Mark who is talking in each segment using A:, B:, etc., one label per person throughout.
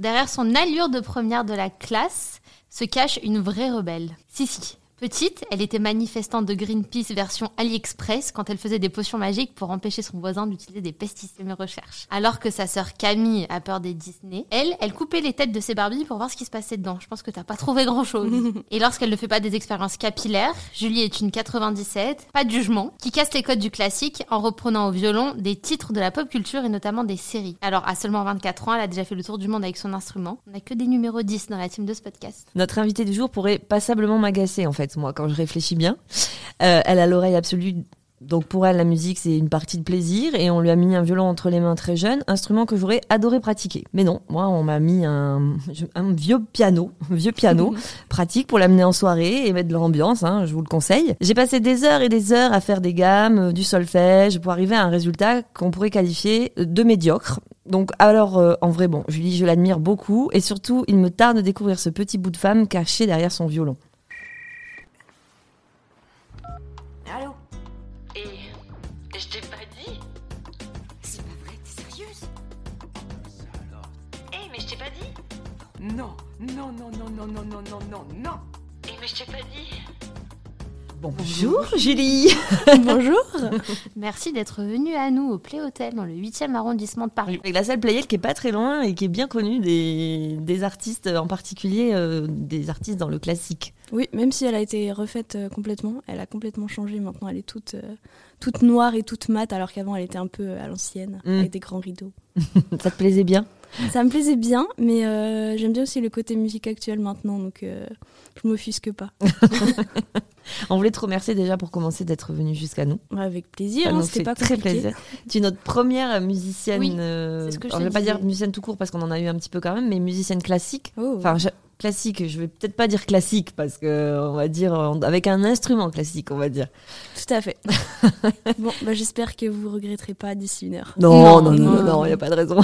A: Derrière son allure de première de la classe se cache une vraie rebelle. Si, si. Petite, elle était manifestante de Greenpeace version AliExpress quand elle faisait des potions magiques pour empêcher son voisin d'utiliser des pesticides de recherche. Alors que sa sœur Camille a peur des Disney, elle, elle coupait les têtes de ses Barbies pour voir ce qui se passait dedans. Je pense que t'as pas trouvé grand chose. Et lorsqu'elle ne fait pas des expériences capillaires, Julie est une 97, pas de jugement, qui casse les codes du classique en reprenant au violon des titres de la pop culture et notamment des séries. Alors, à seulement 24 ans, elle a déjà fait le tour du monde avec son instrument. On n'a que des numéros 10 dans la team de ce podcast.
B: Notre invitée du jour pourrait passablement m'agacer, en fait, moi, quand je réfléchis bien. Euh, elle a l'oreille absolue. Donc pour elle, la musique, c'est une partie de plaisir. Et on lui a mis un violon entre les mains très jeune, instrument que j'aurais adoré pratiquer. Mais non, moi, on m'a mis un, je- un vieux piano, un vieux piano, pratique pour l'amener en soirée et mettre de l'ambiance, hein, je vous le conseille. J'ai passé des heures et des heures à faire des gammes, euh, du solfège, pour arriver à un résultat qu'on pourrait qualifier de médiocre. Donc alors, euh, en vrai, bon, Julie, je l'admire beaucoup. Et surtout, il me tarde de découvrir ce petit bout de femme caché derrière son violon.
C: Allô
D: Et je t'ai pas dit
C: C'est pas vrai, t'es sérieuse
D: Eh mais je t'ai pas dit
C: Non, non, non, non, non, non, non, non, non, non
D: Eh mais je t'ai pas dit
B: Bonjour Julie
A: Bonjour Merci d'être venu à nous au Play Hotel dans le 8e arrondissement de Paris.
B: Avec la salle Playel qui est pas très loin et qui est bien connue des, des artistes, en particulier euh, des artistes dans le classique.
E: Oui, même si elle a été refaite euh, complètement, elle a complètement changé. Maintenant, elle est toute, euh, toute noire et toute mate, alors qu'avant, elle était un peu euh, à l'ancienne,
B: Mm.
E: avec des grands rideaux.
B: Ça te plaisait bien
E: Ça me plaisait bien, mais euh, j'aime bien aussi le côté musique actuelle maintenant, donc euh, je m'offusque pas.
B: On voulait te remercier déjà pour commencer d'être venu jusqu'à nous.
E: Ouais, Avec plaisir,
B: Ça
E: hein,
B: nous
E: c'était
B: fait
E: pas
B: Ah, très
E: compliqué.
B: plaisir. Tu es notre première musicienne,
A: Oui,
B: euh,
A: c'est ce que je
B: alors,
A: te
B: vais pas
A: disais.
B: dire musicienne tout court parce qu'on en a eu un petit peu quand même, mais musicienne classique.
E: Oh.
B: Enfin, je- classique, je vais peut-être pas dire classique parce que on va dire euh, avec un instrument classique, on va dire.
E: Tout à fait. bon, bah, j'espère que vous regretterez pas d'ici une heure.
A: Non,
B: non,
E: non,
B: non,
E: non.
B: non, il y a pas de raison.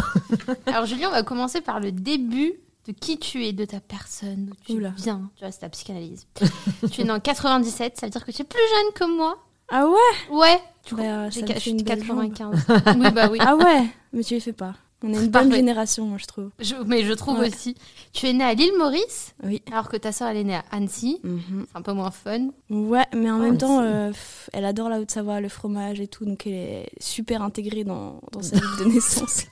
A: Alors Julien, on va commencer par le début de qui tu es, de ta personne, d'où tu
E: Oula.
A: viens. Tu vois, c'est ta psychanalyse. tu es né en 97, ça veut dire que tu es plus jeune que moi.
E: Ah ouais
A: Ouais, du coup,
E: Bah,
A: j'ai
E: ça me
A: ca-
E: fait
A: je suis
E: une
A: de
E: belle jambe.
A: 95. oui, bah oui.
E: Ah ouais Mais tu les fais pas. On est une bonne
A: Parfait.
E: génération, moi, je trouve.
A: Je- mais je trouve
E: Ouais.
A: aussi. Tu es né à l'île Maurice,
E: Oui.
A: alors que ta sœur, elle est née à Annecy. C'est un peu moins fun.
E: Ouais, mais en
B: Ah,
E: même
B: mais
E: temps,
B: c'est-
E: euh, pff, elle adore la Haute-Savoie, le fromage et tout, donc elle est super intégrée dans, dans sa ville de naissance.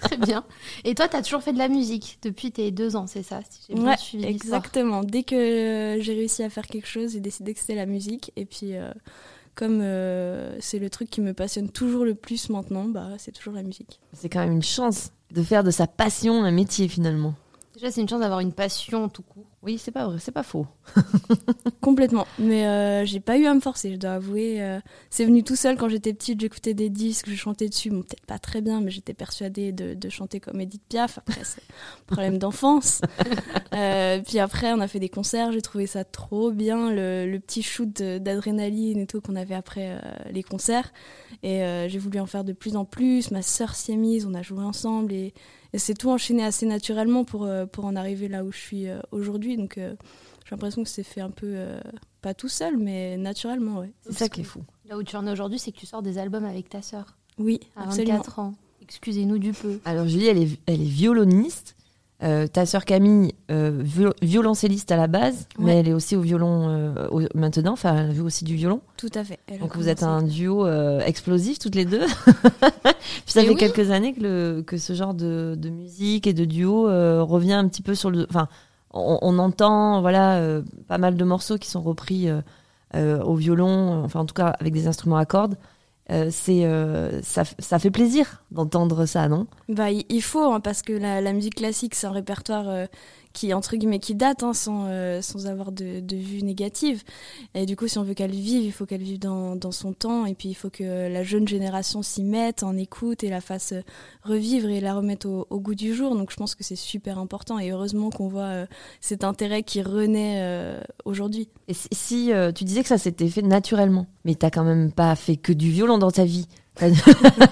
A: Très bien. Et toi, t'as toujours fait de la musique depuis tes deux ans, c'est ça si j'ai bien
E: ouais,
A: suivi l'histoire.
E: exactement. Dès que euh, j'ai réussi à faire quelque chose, j'ai décidé que c'était la musique. Et puis, euh, comme euh, c'est le truc qui me passionne toujours le plus maintenant, bah, c'est toujours la musique.
B: C'est quand même une chance de faire de sa passion un métier finalement.
A: Déjà, c'est une chance d'avoir une passion tout court.
B: Oui, c'est pas vrai, c'est pas faux.
E: Complètement. Mais euh, j'ai pas eu à me forcer, je dois avouer. euh, c'est venu tout seul quand j'étais petite, j'écoutais des disques, je chantais dessus. Bon, peut-être pas très bien, mais j'étais persuadée de, de chanter comme Edith Piaf. Après, c'est un problème d'enfance. Euh, puis après, on a fait des concerts, j'ai trouvé ça trop bien, le, le petit shoot de- d'adrénaline et tout qu'on avait après euh, les concerts. Et euh, j'ai voulu en faire de plus en plus. Ma sœur s'y est mise, on a joué ensemble et, et c'est tout enchaîné assez naturellement pour, euh, pour en arriver là où je suis euh, aujourd'hui. Donc. euh, j'ai l'impression que c'est fait un peu, euh, pas tout seul, mais naturellement, ouais.
B: C'est ça qui est fou.
A: Là où tu en es aujourd'hui, c'est que tu sors des albums avec ta sœur
E: Oui,
A: à
E: absolument.
A: 24 ans. Excusez-nous du peu.
B: Alors Julie, elle est, elle est violoniste. Euh, ta sœur Camille, euh, viol- violoncelliste à la base, mais
E: Ouais.
B: elle est aussi au violon euh, au- maintenant. Enfin, elle joue aussi du violon.
E: Tout à fait. Elle a
B: Donc vous êtes un
E: commencé.
B: duo euh, explosif toutes les deux. Puis ça
A: Mais
B: fait
A: oui.
B: quelques années que, le, que ce genre de, de musique et de duo euh, revient un petit peu sur le. Enfin, on, on entend voilà euh, pas mal de morceaux qui sont repris euh, euh, au violon, euh, enfin en tout cas avec des instruments à cordes. Euh, c'est euh, ça, f- ça fait plaisir d'entendre ça, non
E: Bah, il il faut, hein, parce que la, la musique classique, c'est un répertoire euh, qui, entre guillemets, qui date, hein, sans, euh, sans avoir de, de vue négative. Et du coup, si on veut qu'elle vive, il faut qu'elle vive dans, dans son temps, et puis il faut que la jeune génération s'y mette, en écoute, et la fasse euh, revivre, et la remette au, au goût du jour. Donc je pense que c'est super important, et heureusement qu'on voit euh, cet intérêt qui renaît euh, aujourd'hui.
B: Et si- si euh, tu disais que ça s'était fait naturellement, mais t'as quand même pas fait que du violon dans ta vie. T'as-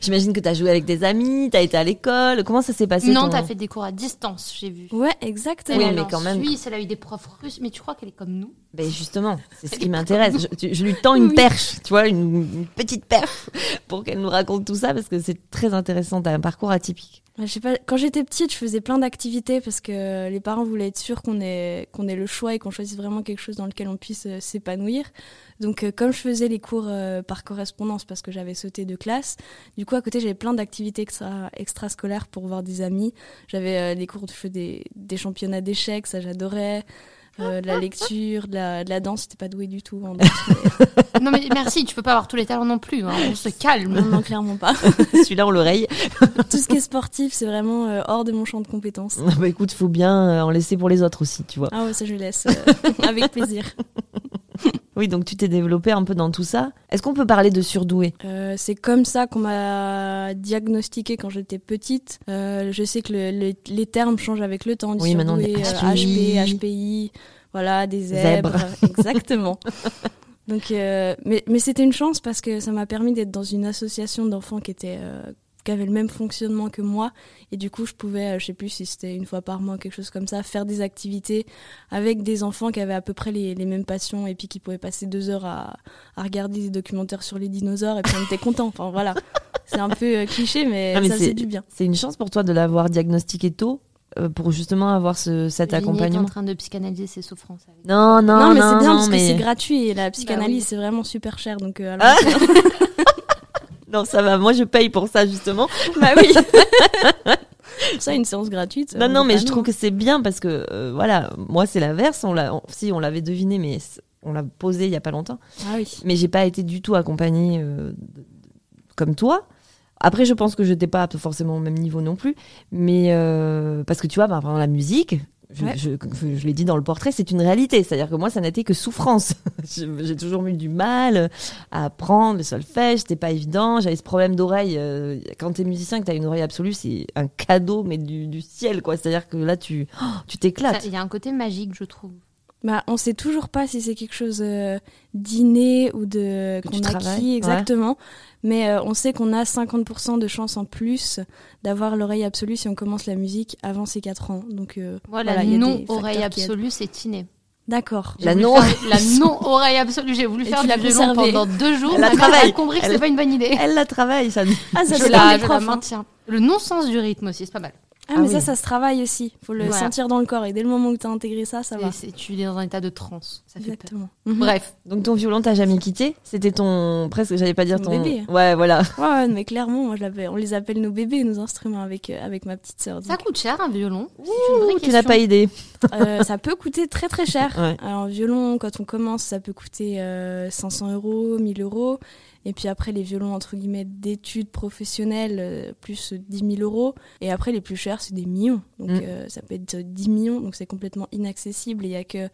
B: J'imagine que t'as joué avec des amis, t'as été à l'école. Comment ça s'est passé
A: Non,
B: ton-
A: t'as fait des cours à distance, j'ai vu.
E: Ouais,
A: Elle
E: exactement.
B: Oui,
A: est
B: mais
A: en
B: quand même.
A: Suisse, elle a eu des profs russes, mais tu crois qu'elle est comme nous
B: Ben justement, c'est ce qui m'intéresse. Je, tu- je lui tends une perche, tu vois, une, une petite perche pour qu'elle nous raconte tout ça parce que c'est très intéressant. T'as un parcours atypique.
E: Ouais, je sais pas, quand j'étais petite, je faisais plein d'activités parce que les parents voulaient être sûrs qu'on ait, qu'on ait le choix et qu'on choisisse vraiment quelque chose dans lequel on puisse euh, s'épanouir. Donc, euh, comme je faisais les cours euh, par correspondance parce que j'avais sauté de classe, du coup, à côté, j'avais plein d'activités extra, extrascolaires pour voir des amis. J'avais euh, des cours, je fais des, des championnats d'échecs, ça j'adorais. Euh, de la lecture, de la, de la danse, j'étais pas douée du tout hein, en danse.
A: Non, mais merci, tu peux pas avoir tous les talents non plus. hein, On se calme.
E: non, non, clairement pas.
B: Celui-là, on l'oreille.
E: Tout ce qui est sportif, c'est vraiment euh, hors de mon champ de compétences.
B: Bah écoute, faut bien euh, en laisser pour les autres aussi, tu vois.
E: Ah ouais, ça je laisse euh, avec plaisir.
B: Oui, donc tu t'es développé un peu dans tout ça. Est-ce qu'on peut parler de surdoué
E: Euh, c'est comme ça qu'on m'a diagnostiqué quand j'étais petite. Euh, je sais que le- le- les termes changent avec le temps. du
B: Oui, maintenant, on
E: surdoué,
B: est
E: euh,
B: HPI.
E: HP, HPI, voilà, des zèbres. Exactement. Donc, euh, mais, mais c'était une chance parce que ça m'a permis d'être dans une association d'enfants qui était euh, qui avait le même fonctionnement que moi et du coup je pouvais euh, je sais plus si c'était une fois par mois quelque chose comme ça faire des activités avec des enfants qui avaient à peu près les, les mêmes passions et puis qui pouvaient passer deux heures à, à regarder des documentaires sur les dinosaures et puis on était contents enfin voilà c'est un peu euh, cliché mais,
B: Ah, mais
E: ça
B: c'est-
E: faisait du bien
B: C'est une chance pour toi de l'avoir diagnostiqué tôt euh, pour justement avoir ce, cet
A: Vinny est en
B: accompagnement.
A: train de psychanalyser ses souffrances. avec-
B: Non, non,
E: non, mais c'est bien
B: non,
E: parce que
B: mais- Bah
E: c'est gratuit et la psychanalyse
A: oui.
E: c'est vraiment super cher donc euh,
B: Ah
E: alors-
B: Non, ça va. Moi, je paye pour ça justement.
E: bah oui ça une séance gratuite
B: Non,
E: on
B: non,
E: est
B: mais
E: pas
B: je
E: mal.
B: trouve que c'est bien parce que euh, voilà, moi, c'est l'inverse. On l'a, on- si on l'avait deviné, mais c'est- on l'a posé il y a pas longtemps.
E: Ah oui.
B: Mais j'ai pas été du tout accompagnée euh, de- de- comme toi. Après, je pense que je n'étais pas forcément au même niveau non plus, mais euh, parce que tu vois, par exemple, la musique. Je,
E: Ouais.
B: je, je l'ai dit dans le portrait, c'est une réalité. C'est-à-dire que moi, ça n'était que souffrance. Je- J'ai toujours eu du mal à apprendre le solfège, c'était pas évident. J'avais ce problème d'oreille. euh, Quand t'es musicien, que t'as une oreille absolue, c'est un cadeau, mais du, du ciel, quoi. C'est-à-dire que là, tu oh, tu
A: Ça,
B: t'éclates.
A: Il y a un côté magique, je trouve.
E: Bah, on sait toujours pas si c'est quelque chose euh, d'inné ou de
B: Que
E: qu'on
B: tu travailles,
E: acquis
B: ouais.
E: exactement, mais euh, on sait qu'on a 50% de chance en plus d'avoir l'oreille absolue si on commence la musique avant ses 4 ans. Donc euh,
A: Voilà,
E: Voilà, il y a des
A: non-oreille
E: facteurs qui aident.
A: absolue, c'est inné.
E: d'accord.
A: J'ai
B: La
A: voulu
B: non-
A: faire- la non-oreille absolue, j'ai voulu
E: Et
A: faire
E: tu
A: du
E: l'as
A: violon
E: conservée.
A: pendant deux jours.
B: Elle
A: ma
B: a
A: mère a
B: travaillé.
A: compris que
B: Elle-
A: c'est pas une bonne idée.
B: Elle la travaille, ça.
E: Ah ça
A: Je
E: dépend
A: la, je
E: des
A: la
E: profs, hein.
A: maintiens. Le non-sens du rythme aussi, c'est pas mal.
E: Ah, mais
B: Ah
E: ça
B: oui.
E: ça se travaille aussi, faut le
A: Voilà.
E: sentir dans le corps et dès le moment où tu as intégré ça, ça va.
A: Et c'est- tu es dans un état de transe. Ça fait peur.
E: Exactement. Mhm.
A: Bref,
B: Donc ton violon, t'as jamais quitté C'était ton presque, j'allais pas dire
E: Ton
B: ton.
E: bébé.
B: Ouais, voilà.
E: Ouais, ouais, mais clairement, moi je l'appelle- on les appelle nos bébés, nos instruments avec euh, avec ma petite sœur.
A: ça
E: Donc,
A: coûte cher un violon. C'est une vraie
B: Ouh, tu n'as
A: question.
B: pas idée.
E: euh, ça peut coûter très très cher.
B: Ouais.
E: Alors, un violon, quand on commence, ça peut coûter euh, 500 euros, 1000 euros. Et puis après, les violons, entre guillemets, d'études professionnelles, euh, plus 10 000 euros. Et après, les plus chers, c'est des millions. Donc,
B: Mm.
E: euh, ça peut être euh, 10 millions. Donc, c'est complètement inaccessible. Il n'y a que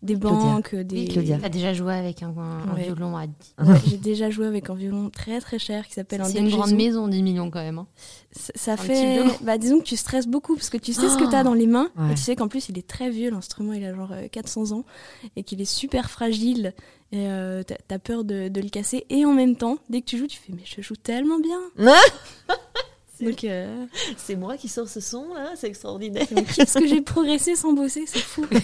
E: des
B: Claudia.
E: banques, des...
B: Oui, Claudia.
A: T'as déjà joué avec un, un
E: Ouais.
A: violon à 10.
E: Ouais, J'ai déjà joué avec un violon très très cher qui s'appelle un
A: C'est une grande
E: Dengezu.
A: maison, 10 millions quand même. hein.
E: Ça, ça
A: petit
E: fait...
A: violon.
E: Bah, disons que tu stresses beaucoup parce que tu sais ce que
A: Ah.
E: tu as dans les mains
B: Ouais.
E: et tu sais qu'en plus il est très vieux, l'instrument il a genre euh, 400 ans et qu'il est super fragile et euh, t'as- t'as peur de, de le casser et en même temps, dès que tu joues, tu fais mais je joue tellement bien Donc euh,
B: C'est moi qui sors ce son là, c'est extraordinaire.
E: qu'est-ce que j'ai progressé sans bosser, c'est fou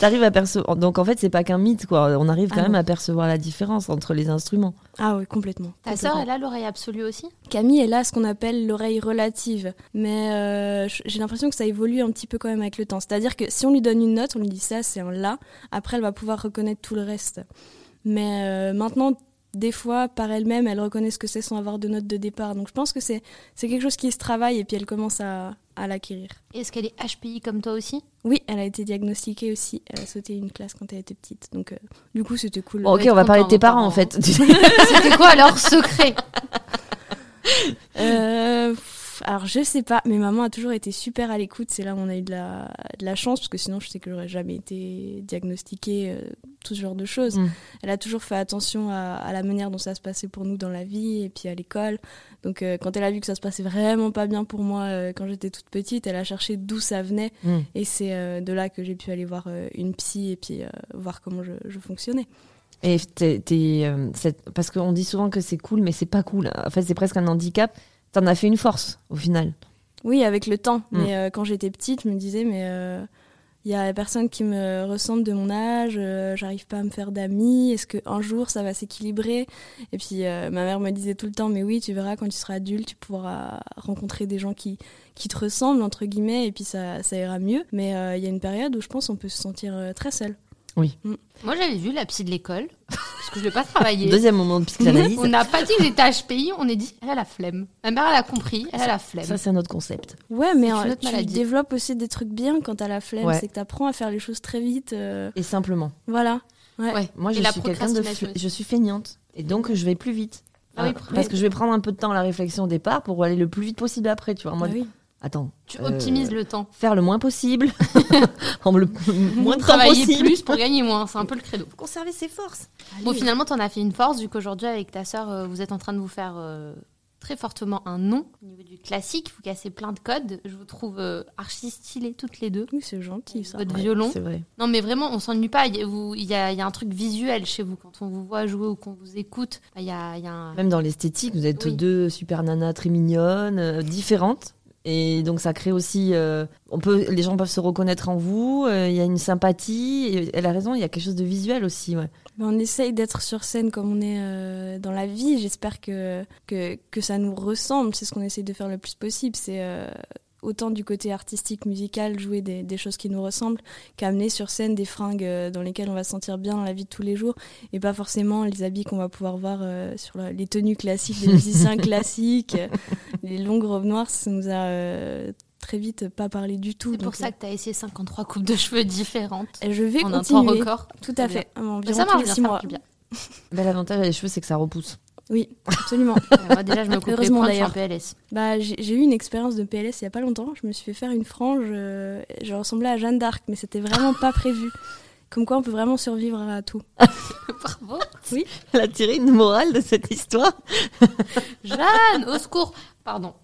B: T'arrives à percevoir. Donc en fait, c'est pas qu'un mythe quoi. On arrive quand
E: Ah
B: même
E: non.
B: à percevoir la différence entre les instruments.
E: Ah oui, complètement.
A: Ta
E: complètement.
A: sœur, elle a l'oreille absolue aussi
E: Camille, elle a ce qu'on appelle l'oreille relative, mais euh, j- j'ai l'impression que ça évolue un petit peu quand même avec le temps. C'est-à-dire que si on lui donne une note, on lui dit ça, c'est un la, après elle va pouvoir reconnaître tout le reste. Mais euh, maintenant, des fois, par elle-même, elle reconnaît ce que c'est sans avoir de note de départ. Donc je pense que c'est c'est quelque chose qui se travaille et puis elle commence à, à l'acquérir.
A: Est-ce qu'elle est HPI comme toi aussi
E: Oui, elle a été diagnostiquée aussi, elle a sauté une classe quand elle était petite. Donc euh, du coup, c'était cool.
B: Bon, ok,
A: être
B: on va parler de
A: content,
B: tes
A: nos
B: parents en
A: parents,
B: fait.
E: hein.
A: C'était quoi leur secret
E: Euh, pff, alors je sais pas, mais maman a toujours été super à l'écoute. C'est là où on a eu de la, de la chance, parce que sinon je sais que j'aurais jamais été diagnostiquée, euh, tout ce genre de choses.
B: Mm.
E: Elle a toujours fait attention à, à la manière dont ça se passait pour nous dans la vie et puis à l'école. Donc euh, quand elle a vu que ça se passait vraiment pas bien pour moi euh, quand j'étais toute petite, elle a cherché d'où ça venait.
B: Mm.
E: Et c'est euh, de là que j'ai pu aller voir euh, une psy et puis euh, voir comment je, je fonctionnais.
B: Et t'es- t'es, euh, c'est- parce qu'on dit souvent que c'est cool, mais c'est pas cool. hein. En fait, c'est presque un handicap. T'en as fait une force au final.
E: Oui, avec le temps.
B: Mm.
E: Mais euh, quand j'étais petite, je me disais, mais euh, il y a personne qui me ressemble de mon âge, euh, j'arrive pas à me faire d'amis, est-ce qu'un jour ça va s'équilibrer Et puis euh, ma mère me disait tout le temps, mais oui, tu verras quand tu seras adulte, tu pourras rencontrer des gens qui, qui te ressemblent, entre guillemets, et puis ça, ça ira mieux. Mais euh, il y a une période où je pense on peut se sentir euh, très seul.
A: Moi, j'avais vu la psy de l'école, parce que je l'ai pas travaillé.
B: Deuxième moment de psychanalyse.
A: On n'a pas dit que j'étais HPI, on est dit elle a la flemme. Ma mère, elle a compris, elle a la flemme.
B: Ça, c'est un autre concept.
E: Ouais, mais
A: une
E: euh,
A: autre
E: tu
A: maladie.
E: développes aussi des trucs bien quand t'as la flemme,
B: Ouais.
E: c'est que t'apprends à faire les choses très vite. euh,
B: Et simplement.
E: voilà.
A: ouais.
B: Moi, je
A: Et la
B: suis quelqu'un de.
A: procrastination
B: fl-
A: aussi.
B: Je suis feignante. Et donc, je vais plus vite.
A: Ah oui,
B: Euh,
A: pr-
B: parce que je vais prendre un peu de temps à la réflexion au départ pour aller le plus vite possible après, tu vois. Moi,
A: Ah
E: Bah oui.
B: attends.
A: Tu
B: euh,
A: optimises le temps.
B: Faire le moins possible. en le moins de temps
A: Travailler
B: possible.
A: plus pour gagner moins, c'est un peu le credo.
B: Conserver ses forces.
A: Bon, finalement, t'en as fait une force, vu qu'aujourd'hui, avec ta sœur, euh, vous êtes en train de vous faire euh, très fortement un nom au niveau du classique. Vous cassez plein de codes. Je vous trouve euh, archi stylées toutes les deux.
E: Oui, c'est gentil ça.
A: Votre violon.
B: C'est vrai.
A: Non, mais vraiment, on s'ennuie pas. Il y, a- vous- il y a, il y a un truc visuel chez vous. Quand on vous voit jouer ou qu'on vous écoute, bah, il y a, il y a un-
B: Même dans l'esthétique, vous êtes
A: Oui.
B: deux super nanas très mignonnes, euh, différentes. Et donc ça crée aussi, euh, on peut, les gens peuvent se reconnaître en vous. euh, Il y a une sympathie. et elle a raison, il y a quelque chose de visuel aussi. Ouais.
E: Ben, on essaye d'être sur scène comme on est euh, dans la vie. J'espère que, que, que ça nous ressemble. C'est ce qu'on essaye de faire le plus possible. C'est euh, autant du côté artistique, musical, jouer des, des choses qui nous ressemblent, qu'amener sur scène des fringues euh, dans lesquelles on va se sentir bien dans la vie de tous les jours. Et pas forcément les habits qu'on va pouvoir voir euh, sur la- les tenues classiques des musiciens classiques. Euh, Les longues robes noires, ça nous a euh, très vite pas parlé du tout.
A: C'est pour
E: Donc,
A: ça que t'as essayé 53 coupes de cheveux différentes
E: euh, je vais
A: en un temps
E: continuer.
A: record.
E: Tout
A: Très
E: à
A: bien.
E: fait. Ah, environ
A: Mais ça
E: tous
A: marche
E: les
A: bien,
E: six
A: ça
E: mois.
A: marche bien.
B: Ben, L'avantage des cheveux, c'est que ça repousse.
E: Oui, absolument.
A: Euh, moi, déjà, je me coupe les
E: Heureusement,
A: points, je suis en
E: d'ailleurs.
A: PLS.
E: Bah, j'ai j'ai eu une expérience de PLS il y a pas longtemps. Je me suis fait faire une frange. euh, je ressemblais à Jeanne d'Arc, mais c'était vraiment pas prévu. Comme quoi, on peut vraiment survivre à tout.
A: Bravo.
B: Elle a tiré une morale de cette histoire.
A: Jeanne, au secours. Pardon.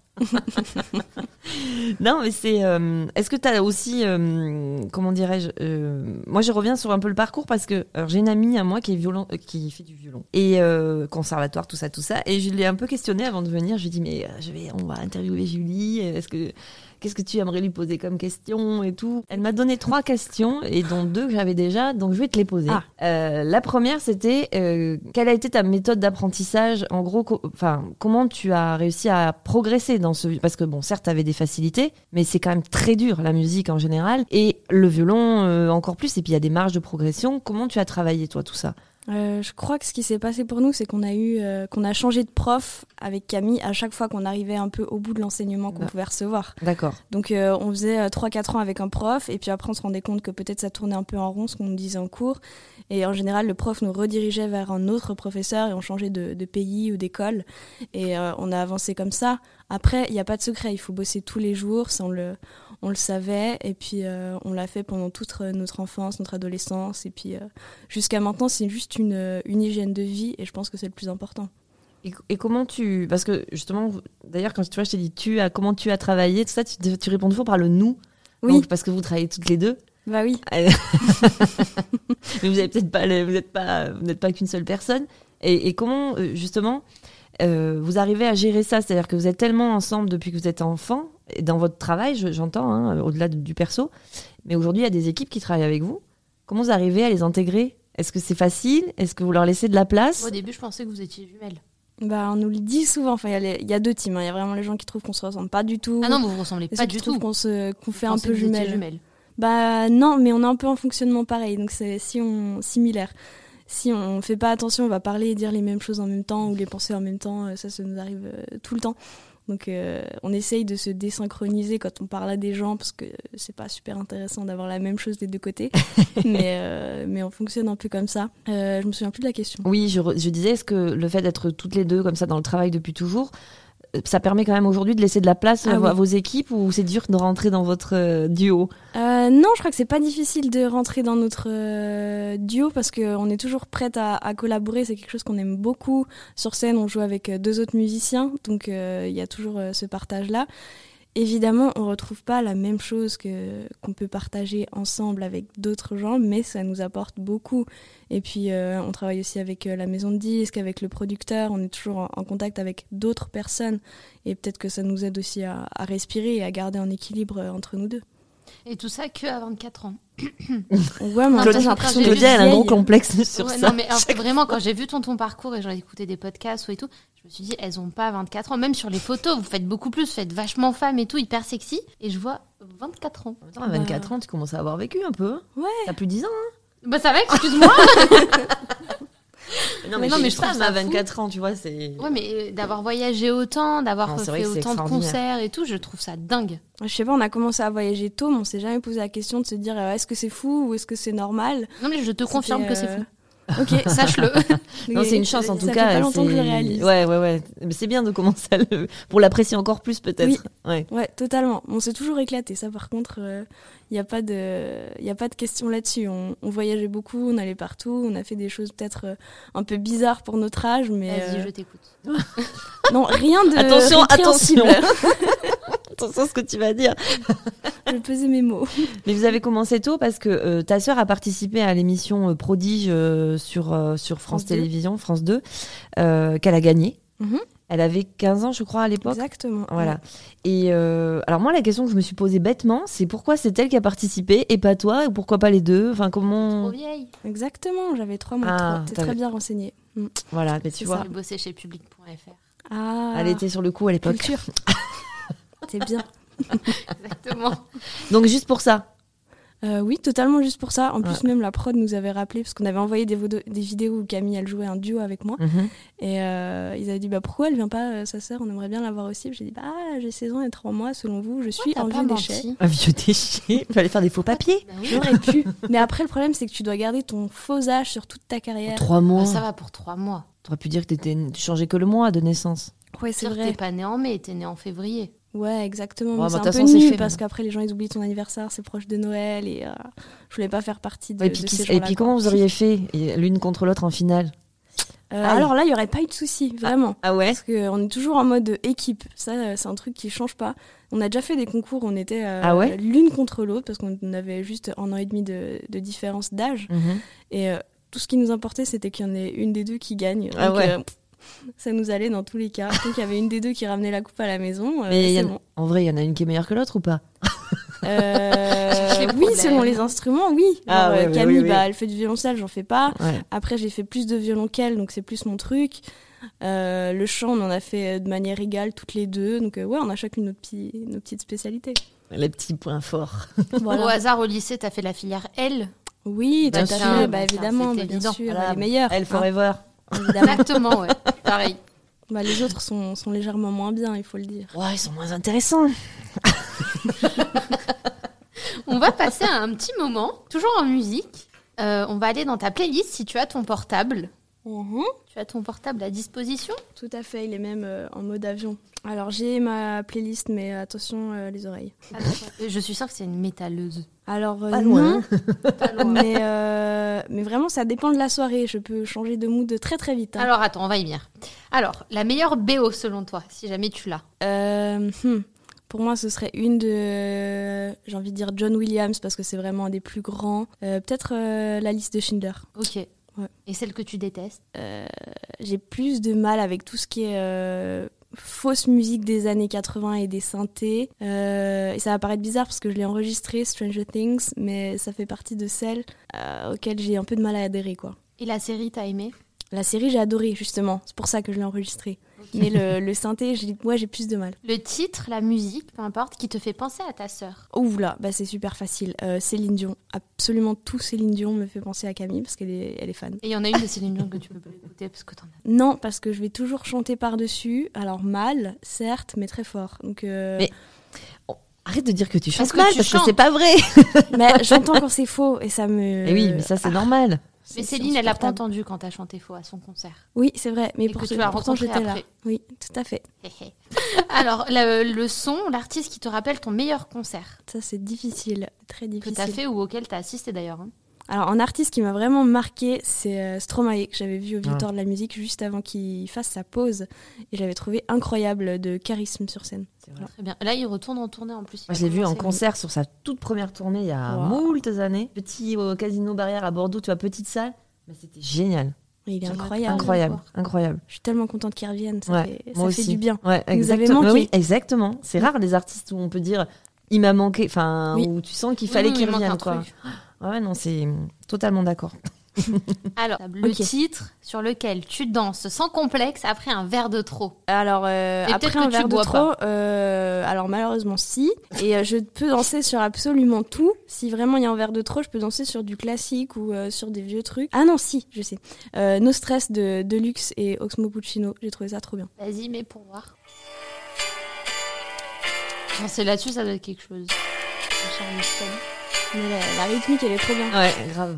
B: Non, mais c'est. euh, Est-ce que tu as aussi. euh, comment dirais-je euh, Moi, je reviens sur un peu le parcours parce que alors, j'ai une amie à moi qui est violon, euh, qui fait du violon et euh, conservatoire, tout ça, tout ça. Et je l'ai un peu questionnée avant de venir. Je lui ai dit mais euh, je vais, on va interviewer Julie. euh, Est-ce que qu'est-ce que tu aimerais lui poser comme question et tout Elle m'a donné trois questions et dont deux que j'avais déjà, donc je vais te les poser.
A: Ah.
B: Euh, la première, c'était euh, quelle a été ta méthode d'apprentissage En gros, co- enfin, comment tu as réussi à progresser dans ce Parce que bon, certes, tu avais des facilités, mais c'est quand même très dur la musique en général et le violon euh, encore plus. Et puis il y a des marges de progression. Comment tu as travaillé toi tout ça
E: Euh, je crois que ce qui s'est passé pour nous, c'est qu'on a eu, euh, qu'on a changé de prof avec Camille à chaque fois qu'on arrivait un peu au bout de l'enseignement qu'on
B: Ouais.
E: pouvait recevoir.
B: D'accord.
E: Donc, euh, on faisait euh, 3-4 ans avec un prof, et puis après, on se rendait compte que peut-être ça tournait un peu en rond ce qu'on nous disait en cours. Et en général, le prof nous redirigeait vers un autre professeur et on changeait de, de pays ou d'école. Et euh, on a avancé comme ça. Après, il n'y a pas de secret, il faut bosser tous les jours, ça on le, on le savait. Et puis euh, on l'a fait pendant toute euh, notre enfance, notre adolescence. Et puis euh, jusqu'à maintenant, c'est juste une, euh, une hygiène de vie et je pense que c'est le plus important.
B: Et, et comment tu Parce que justement, d'ailleurs, quand tu vois, je t'ai dit tu as comment tu as travaillé tout ça, tu, tu réponds toujours par le nous.
E: Oui,
B: Donc, parce que vous travaillez toutes les deux.
E: bah oui.
B: Mais vous n'êtes peut-être pas, le- vous n'êtes pas, vous n'êtes pas qu'une seule personne. Et, et comment, euh, justement, euh, vous arrivez à gérer ça C'est-à-dire que vous êtes tellement ensemble depuis que vous êtes enfant, et dans votre travail, je- j'entends, hein, au-delà de- du perso. Mais aujourd'hui, il y a des équipes qui travaillent avec vous. Comment vous arrivez à les intégrer Est-ce que c'est facile Est-ce que vous leur laissez de la place
A: Au début, je pensais que vous étiez jumelles.
E: Bah, on nous le dit souvent. Enfin, il y a les- il y, a deux teams. hein. Il y a vraiment les gens qui trouvent qu'on se ressemble pas du tout.
A: Ah non, vous vous ressemblez
E: Et
A: pas
E: ceux qui
A: du
E: trouvent
A: tout.
E: qu'on se qu'on fait
A: Je
E: un
A: pensais
E: peu
A: que vous étiez
E: jumelle. Bah non, mais on est un peu en fonctionnement pareil, donc c'est si on similaire. Si on fait pas attention, on va parler et dire les mêmes choses en même temps ou les penser en même temps. euh, Ça, ça nous arrive euh, tout le temps. Donc euh, on essaye de se désynchroniser quand on parle à des gens parce que c'est pas super intéressant d'avoir la même chose des deux côtés. mais euh, mais on fonctionne un peu comme ça. Euh, je me souviens plus de la question.
B: Oui, je, re- je disais, est-ce que le fait d'être toutes les deux comme ça dans le travail depuis toujours, euh, ça permet quand même aujourd'hui de laisser de la place à,
E: Ah
B: vo-
E: oui.
B: à vos équipes ou c'est dur de rentrer dans votre euh, duo
E: Euh, non, je crois que c'est pas difficile de rentrer dans notre euh, duo parce qu'on est toujours prête à, à collaborer. C'est quelque chose qu'on aime beaucoup. Sur scène, on joue avec euh, deux autres musiciens, donc euh, il y a toujours euh, ce partage-là. Évidemment, on retrouve pas la même chose que qu'on peut partager ensemble avec d'autres gens, mais ça nous apporte beaucoup. Et puis, euh, on travaille aussi avec euh, la maison de disques, avec le producteur. On est toujours en, en contact avec d'autres personnes, et peut-être que ça nous aide aussi à, à respirer et à garder un équilibre euh, entre nous deux.
A: Et tout ça que à 24 ans.
E: Ouais, mais en
A: Claude-
E: fait, j'ai l'impression d'être
A: Claudia,
B: elle a un gros
E: vieille.
B: complexe sur
A: Ouais,
B: ça.
A: Non, mais en fait, vraiment, quand j'ai vu ton, ton parcours et j'en ai écouté des podcasts ou et tout, je me suis dit, elles ont pas 24 ans. Même sur les photos, vous faites beaucoup plus, vous faites vachement femme et tout, hyper sexy. Et je vois 24 ans.
B: Attends, à 24 ans, tu commences à avoir vécu un peu.
E: Ouais.
B: T'as plus de 10 ans. hein.
A: Bah, ça va, excuse-moi.
B: Non,
A: mais non, mais je trouve
B: femme
A: ça
B: à
A: fou.
B: 24 ans, tu vois, c'est.
A: ouais, mais euh, d'avoir voyagé autant, d'avoir
B: Ah, c'est vrai
A: fait
B: que c'est
A: autant de
B: extraordinaire.
A: concerts et tout, je trouve ça dingue.
E: Je sais pas, on a commencé à voyager tôt, mais on s'est jamais posé la question de se dire euh, est-ce que c'est fou ou est-ce que c'est normal.
A: Non, mais je te confirme que c'est
E: C'était,
A: fou.
E: euh, Ok,
A: Sache-le.
B: Non, c'est une chance en tout cas.
E: Ça fait pas longtemps que je
B: c'est-
E: le réalise.
B: Ouais, ouais, ouais. Mais c'est bien de commencer à le... pour l'apprécier encore plus peut-être.
E: Oui.
B: Ouais.
E: Ouais, totalement. On s'est toujours éclaté. Ça, par contre, il n'y a pas de, il a pas de question là-dessus. On, on voyageait beaucoup, on allait partout, on a fait des choses peut-être euh, un peu bizarres pour notre âge, mais
A: Vas-y,
E: euh,
A: je t'écoute.
E: non, rien de
B: Attention, attention.
E: Euh, répréhensible.
B: Attention à ce que tu vas dire.
E: je pesais mes mots.
B: Mais vous avez commencé tôt parce que euh, ta sœur a participé à l'émission euh, Prodige euh, sur, euh, sur France,
E: France deux.
B: Télévisions, France 2, euh, qu'elle a gagnée.
E: Mhm.
B: Elle avait 15 ans, je crois, à l'époque.
E: Exactement.
B: Voilà. Et euh, alors moi, la question que je me suis posée bêtement, c'est pourquoi c'est elle qui a participé et pas toi, ou pourquoi pas les deux Enfin, comment
A: Trop vieille.
E: Ouais, Exactement. J'avais trois mois.
B: Ah,
E: trois. T'es
B: t'avais-
E: très bien renseignée. Mm.
B: Voilà, mais tu
E: C'est
B: vois,
E: ça.
A: J'ai bossé chez public.fr.
E: Ah.
B: elle était sur le coup à l'époque.
E: culture. T'es bien.
A: Exactement.
B: Donc juste pour ça.
E: Euh, oui, totalement juste pour ça. En
B: Ouais.
E: plus, même la prod nous avait rappelé parce qu'on avait envoyé des, vodo- des vidéos où Camille elle jouait un duo avec moi.
B: Mhm.
E: Et euh, ils avaient dit bah pourquoi elle vient pas euh, sa sœur On aimerait bien l'avoir aussi. J'ai dit bah j'ai 16 ans et 3 mois selon vous, je suis
A: T'as
E: un
A: pas
E: vieux déchet.
A: menti.
B: Un vieux déchet. Fallait faire des faux papiers.
A: Bah oui.
E: J'aurais pu. Mais après le problème c'est que tu dois garder ton faux âge sur toute ta carrière.
B: Trois mois.
A: Bah, ça va pour trois mois.
B: T'aurais pu dire que t'étais- tu changeais que le mois de naissance.
E: Ouais c'est
A: Pire, T'es
E: vrai.
A: pas né en mai, t'es né en février.
E: Ouais exactement.
B: Ouais,
E: Mais
B: bah, de
E: c'est un
B: toute
E: peu
B: façon, c'est
E: nul
B: fait,
E: parce
B: maintenant.
E: qu'après les gens ils oublient ton anniversaire, c'est proche de Noël et euh, je voulais pas faire partie de,
B: et puis,
E: de
B: qui-
E: ces gens-là.
B: et puis
E: quoi.
B: comment vous auriez fait et l'une contre l'autre en finale
E: Euh,
B: Aïe.
E: Alors là il y aurait pas eu de souci vraiment.
B: Ah ouais
E: Parce qu'on est toujours en mode équipe. Ça, euh, c'est un truc qui change pas. On a déjà fait des concours où on était euh,
B: Ah ouais
E: l'une contre l'autre parce qu'on avait juste un an et demi de, de différence d'âge.
B: Mhm.
E: Et euh, tout ce qui nous importait, c'était qu'il y en ait une des deux qui gagne.
B: Ah
E: Donc,
B: ouais.
E: euh, pff, ça nous allait dans tous les cas. Donc, il y avait une des deux qui ramenait la coupe à la maison. euh,
B: Mais il y
E: c'est
B: en a-
E: bon.
B: en vrai, il y en a une qui est meilleure que l'autre ou pas
E: Euh,
A: J'ai des
E: oui,
A: problèmes.
E: selon les instruments, oui.
B: Ah
E: Genre, euh,
B: ouais, ouais,
E: Camille,
B: oui, oui.
E: bah, elle fait du violoncelle, j'en fais pas.
B: Ouais.
E: Après, j'ai fait plus de violon qu'elle, donc c'est plus mon truc. Euh, le chant, on en a fait euh, de manière égale toutes les deux. Donc, euh, ouais, on a chacune notre, petit, nos petites spécialités.
B: Les petits points forts.
A: Au hasard, au lycée, t'as fait la filière L.
E: Oui,
B: Bien
E: tout à
B: sûr.
E: fait,
A: Bien
E: bah,
A: sûr,
E: évidemment,
A: c'était
E: bah, bien
A: évident.
E: sûr,
B: Voilà.
E: les meilleurs.
B: Elle forever.
E: hein, évidemment.
A: Exactement, ouais. Pareil.
E: Bah, les autres sont, sont légèrement moins bien, il faut le dire.
B: Ouais, ils sont moins intéressants.
A: On va passer à un petit moment, toujours en musique. Euh, on va aller dans ta playlist si tu as ton portable. Tu as ton portable à disposition
E: Tout à fait, il est même euh, en mode avion. Alors, j'ai ma playlist, mais attention euh, les oreilles.
A: Euh, Je suis sûre que c'est une métalleuse.
E: Alors, euh,
B: Pas loin.
E: non, mais, euh, mais vraiment, ça dépend de la soirée. Je peux changer de mood très très vite. hein.
A: Alors attends, on va y venir. Alors, la meilleure BO selon toi, si jamais tu l'as.
E: Euh, hmm. Pour moi, ce serait une de, j'ai envie de dire John Williams parce que c'est vraiment un des plus grands. Euh, Peut-être euh, la liste de Schindler.
A: Ok. Et celle que tu détestes
E: J'ai plus de mal avec tout ce qui est euh, fausse musique des années 80 et des synthés. Euh, et ça va paraître bizarre parce que je l'ai enregistré Stranger Things, mais ça fait partie de celles euh, auxquelles j'ai un peu de mal à adhérer, quoi.
A: Et la série, t'as aimé
E: La série, j'ai adoré justement. C'est pour ça que je l'ai enregistré. Mais le, le synthé, j'ai, ouais, j'ai plus de mal.
A: Le titre, la musique, peu importe, qui te fait penser à ta sœur.
E: Ouh là, bah c'est super facile. Euh, Céline Dion, absolument tout Céline Dion me fait penser à Camille parce qu'elle est, elle est fan.
A: Et il y en a une de Céline Dion que tu peux pas écouter parce que t'en as.
E: Non, parce que je vais toujours chanter par-dessus, alors mal, certes, mais très fort. Donc, euh,
B: Mais- Arrête de dire que tu chantes
A: Parce que
B: mal
A: tu
B: parce
A: chantes.
B: que c'est pas vrai.
E: mais j'entends quand c'est faux et ça me.
B: Et Eh oui, mais ça c'est normal.
E: c'est-
A: Mais
E: c'est
A: Céline, elle a pas
E: insupportable.
A: entendu quand t'as chanté faux à son concert.
E: Oui, c'est vrai, mais
A: Et
E: pour
A: que
E: ce-
A: tu l'as
E: pourtant
A: rencontrée
E: j'étais là.
A: après.
E: Oui, tout à fait.
A: Hé, hé. Alors, le, le son, l'artiste qui te rappelle ton meilleur concert
E: Ça c'est difficile, très
A: que
E: difficile.
A: t'as fait ou auquel t'as assisté d'ailleurs. hein.
E: Alors, un artiste qui m'a vraiment marqué, c'est euh, Stromae, que j'avais vu au Victoire de la musique juste avant qu'il fasse sa pause. Et j'avais trouvé incroyable de charisme sur scène.
A: Très bien. Là, il retourne en tournée en plus. Il
B: Moi,
A: a
B: je l'ai vu en
A: commencé-
B: concert sur sa toute première tournée il y a
E: Wow.
B: moultes années. Petit au casino barrière à Bordeaux, tu vois, petite salle. Mais c'était génial.
E: Il est
A: J'aimerais
E: incroyable.
A: trop.
B: Incroyable,
A: voir.
B: incroyable.
E: Je suis tellement contente qu'il revienne. Ça,
B: Ouais,
E: fait, ça
B: moi
E: fait
B: aussi.
E: du bien.
B: Ouais,
E: Vous avez
B: exactement.
E: manqué.
B: Oui, exactement. C'est rare les artistes où on peut dire il m'a manqué, enfin,
E: Oui.
B: où tu sens qu'il
A: Oui,
B: fallait
A: oui,
B: qu'il
A: il manque
B: revienne.
A: un
B: Quoi.
A: truc.
B: Ah Ouais, non, c'est hum, totalement d'accord.
A: Alors, le
E: Ok.
A: titre sur lequel tu danses sans complexe après un verre de trop.
E: Alors, euh,
A: Et peut-être
E: après un
A: que tu
E: verre de
A: bois
E: trop, euh, alors malheureusement si. Et euh, je peux danser sur absolument tout. Si vraiment il y a un verre de trop, je peux danser sur du classique ou euh, sur des vieux trucs. Ah non, si, je sais. Euh, no Stress de Deluxe et Oxmo Puccino. J'ai trouvé ça trop bien.
A: Vas-y, mets pour voir. Non, c'est là-dessus, ça doit être quelque chose. Mon cher Winston.
E: Mais la, la rythmique, elle est trop bien.
B: Ouais, grave.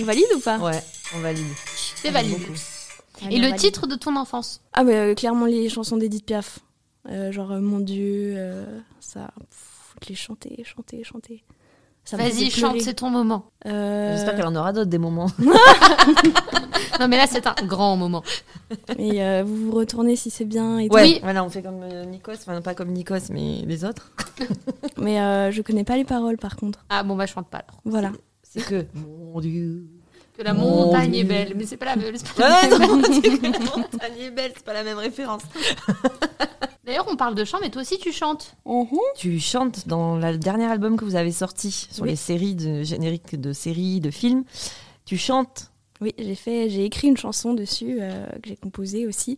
E: On valide ou pas
B: Ouais, on valide.
A: C'est valide.
B: Beaucoup.
E: Ah,
A: Et
E: bah,
A: le
E: valide.
A: titre de ton enfance
E: Ah bah euh, clairement les chansons d'Edith Piaf. Euh, genre euh, Mon Dieu, euh, ça... pff, les chanter, chanter, chanter. Ça me faisait
A: Vas-y, chante,
E: pleurer.
A: c'est ton moment.
E: Euh,
B: J'espère qu'elle en aura d'autres des moments.
A: Non, mais là, c'est un grand moment.
E: Et euh, vous vous retournez si c'est bien. Et tout.
B: Ouais,
A: Oui.
B: voilà, on fait comme euh, Nikos, enfin pas comme Nikos, mais les autres.
E: Mais euh, je connais pas les paroles par contre.
A: Ah bon, bah, je chante pas alors.
E: Voilà.
B: C'est que. Mon Dieu.
A: Que la
B: Mon
A: montagne
B: Dieu.
A: est belle, mais c'est pas la même. c'est pas la
B: Ah Ouais,
A: même.
B: non, c'est que la montagne est belle, c'est pas la même référence.
A: D'ailleurs, on parle de chant, mais toi aussi, tu chantes.
B: Tu chantes dans la- le dernier album que vous avez sorti sur
E: Oui.
B: les séries de génériques de séries, de films. Tu chantes.
E: Oui, j'ai fait, j'ai écrit une chanson dessus euh, que j'ai composée aussi.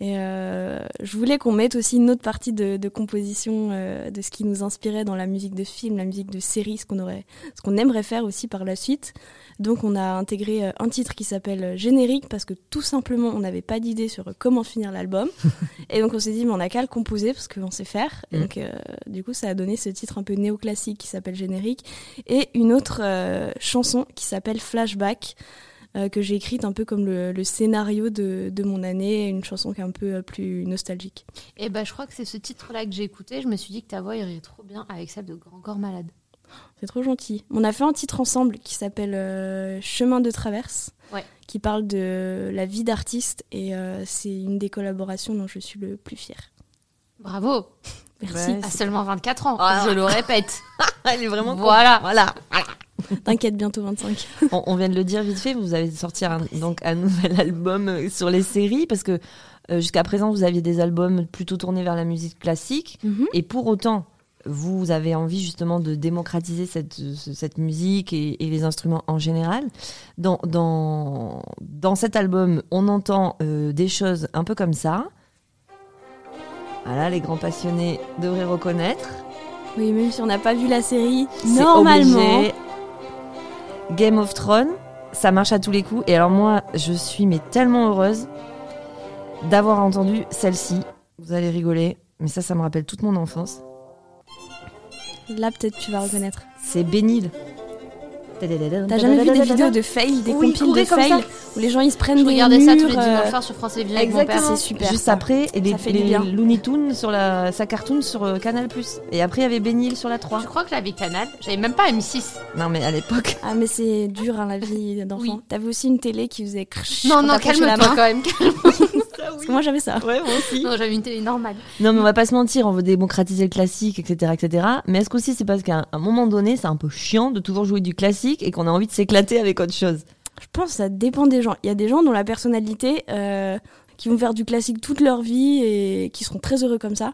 E: Et euh, je voulais qu'on mette aussi une autre partie de, de composition euh, de ce qui nous inspirait dans la musique de film, la musique de série, ce qu'on aurait, ce qu'on aimerait faire aussi par la suite. Donc on a intégré euh, un titre qui s'appelle euh, générique parce que tout simplement on n'avait pas d'idée sur comment finir l'album. et donc on s'est dit mais on n'a qu'à le composer parce qu'on sait faire. Et
B: Mm.
E: donc euh, du coup ça a donné ce titre un peu néoclassique qui s'appelle générique et une autre euh, chanson qui s'appelle flashback euh, que j'ai écrite un peu comme le, le scénario de, de mon année, une chanson qui est un peu euh, plus nostalgique.
A: Et bah, je crois que c'est ce titre-là que j'ai écouté. Je me suis dit que ta voix irait trop bien avec celle de Grand Corps Malade.
E: C'est trop gentil. On a fait un titre ensemble qui s'appelle euh, Chemin de traverse,
A: Ouais.
E: qui parle de la vie d'artiste et euh, c'est une des collaborations dont je suis le plus fière.
A: Bravo
E: Merci.
B: Ouais.
A: À seulement 24 ans,
B: Ah.
A: je le répète.
B: Elle est vraiment. con.
A: Voilà.
B: Voilà.
E: T'inquiète, bientôt 25.
B: on, on vient de le dire vite fait, vous avez sorti un, donc un nouvel album euh, sur les séries parce que euh, jusqu'à présent vous aviez des albums plutôt tournés vers la musique classique
E: Mhm.
B: et pour autant vous avez envie justement de démocratiser cette, euh, ce- cette musique et, et les instruments en général. Dans, dans, dans cet album, on entend euh, des choses un peu comme ça. Voilà, les grands passionnés devraient reconnaître.
E: Oui, même si on n'a pas vu la série,
B: C'est
E: normalement.
B: obligé. Game of Thrones, ça marche à tous les coups. Et alors moi, je suis mais tellement heureuse d'avoir entendu celle-ci. Vous allez rigoler, mais ça, ça me rappelle toute mon enfance.
E: Là, peut-être tu vas reconnaître.
B: C'est Bénil.
E: T'as jamais vu des vidéos de fail, des
B: Oui,
E: compiles de
B: courir comme
E: fail,
B: ça.
E: où les gens ils se prennent
A: Je
E: des
A: regardais ça tous les
E: murs, euh,
A: dimanches soirs sur France Télévisions avec mon père.
B: Exactement.
E: c'est super,
B: Juste
E: ça.
B: après, et les,
E: fait du
B: les
E: bien.
B: Looney Tunes sur la, sa cartoon sur euh, Canal+. Et après, il y avait Bénil sur la 3.
A: Je crois que j'avais Canal, j'avais même pas M6.
B: Non, mais à l'époque...
E: Ah mais c'est dur hein, la vie d'enfant.
A: Oui.
E: T'avais aussi une télé qui faisait crch
A: Non,
E: quand
A: non,
E: t'approchais
A: calme-toi
E: la
A: hein, quand
E: main.
A: même.
E: Parce que moi j'avais ça.
B: Ouais, moi aussi.
A: Non, j'avais une télé normale.
B: Non, mais on va pas se mentir, on veut démocratiser le classique, etc., etc. Mais est-ce qu'aussi c'est parce qu'à un- un moment donné, c'est un peu chiant de toujours jouer du classique et qu'on a envie de s'éclater avec autre chose
E: Je pense que ça dépend des gens. Il y a des gens dont la personnalité euh, qui vont faire du classique toute leur vie et qui seront très heureux comme ça.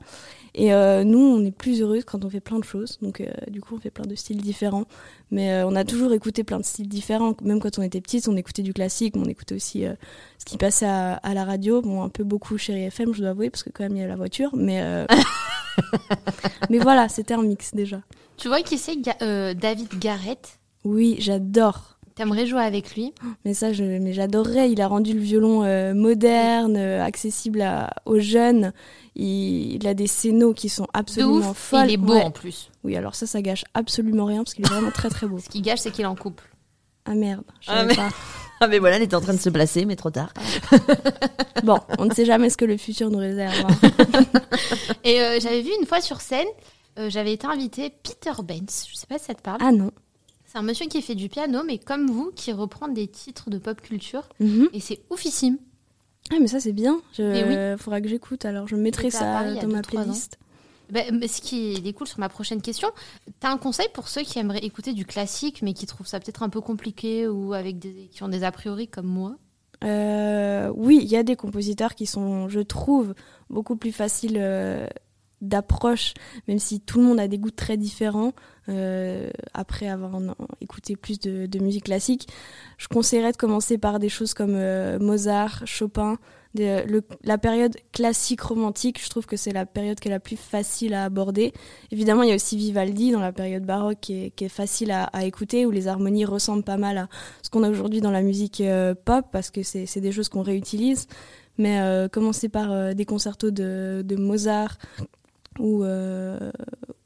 E: Et euh, nous on est plus heureux quand on fait plein de choses. Donc euh, du coup on fait plein de styles différents. Mais euh, on a toujours écouté plein de styles différents. Même quand on était petite on écoutait du classique, mais on écoutait aussi euh, ce qui passait à, à la radio. Bon un peu beaucoup chérie FM je dois avouer parce que quand même il y a la voiture. Mais euh, mais voilà c'était un mix déjà.
A: Tu vois qui c'est Ga- euh, David Garrett
E: Oui j'adore.
A: T'aimerais jouer avec lui
E: Mais ça, je, mais j'adorerais. Il a rendu le violon euh, moderne, euh, accessible à- aux jeunes. Il, il a des scénos qui sont
A: De
E: absolument
A: ouf,
E: folles.
A: il est beau
E: Ouais.
A: en plus.
E: Oui, alors ça, ça gâche absolument rien parce qu'il est vraiment très très beau.
A: Ce qui gâche, c'est qu'il est en couple.
E: Ah merde, je
B: Ah,
E: savais
B: mais-
E: pas.
B: Ah, mais voilà, elle était en train de se placer, mais trop tard.
E: Bon, on ne sait jamais ce que le futur nous réserve. hein.
A: Et euh, j'avais vu une fois sur scène, euh, j'avais été invité Peter Benz. Je sais pas si ça te parle.
E: Ah non.
A: C'est un monsieur qui fait du piano, mais comme vous, qui reprend des titres de pop culture.
E: Mhm.
A: Et c'est oufissime.
E: Ah mais ça c'est bien. Je...
A: Mais
E: Faudra que j'écoute alors. Je mettrai
A: C'était à
E: ça
A: Paris il y a
E: dans
A: deux,
E: ma
A: trois ans.
E: playlist.
A: Ben, mais ce qui est cool sur ma prochaine question, t'as un conseil pour ceux qui aimeraient écouter du classique mais qui trouvent ça peut-être un peu compliqué ou avec des, qui ont des a priori comme moi
E: Euh, oui, il y a des compositeurs qui sont, je trouve, beaucoup plus faciles euh, d'approche, même si tout le monde a des goûts très différents. euh, après avoir en- en écouté plus de, de musique classique, je conseillerais de commencer par des choses comme euh, Mozart, Chopin. des- euh, le- la période classique romantique, je trouve que c'est la période qui est la plus facile à aborder. Évidemment, il y a aussi Vivaldi dans la période baroque qui est, qui est facile à, à écouter, où les harmonies ressemblent pas mal à, ce qu'on a aujourd'hui dans la musique euh, pop, parce que c'est c'est des choses qu'on réutilise. Mais euh, commencer par euh, des concertos de, de Mozart ou, euh,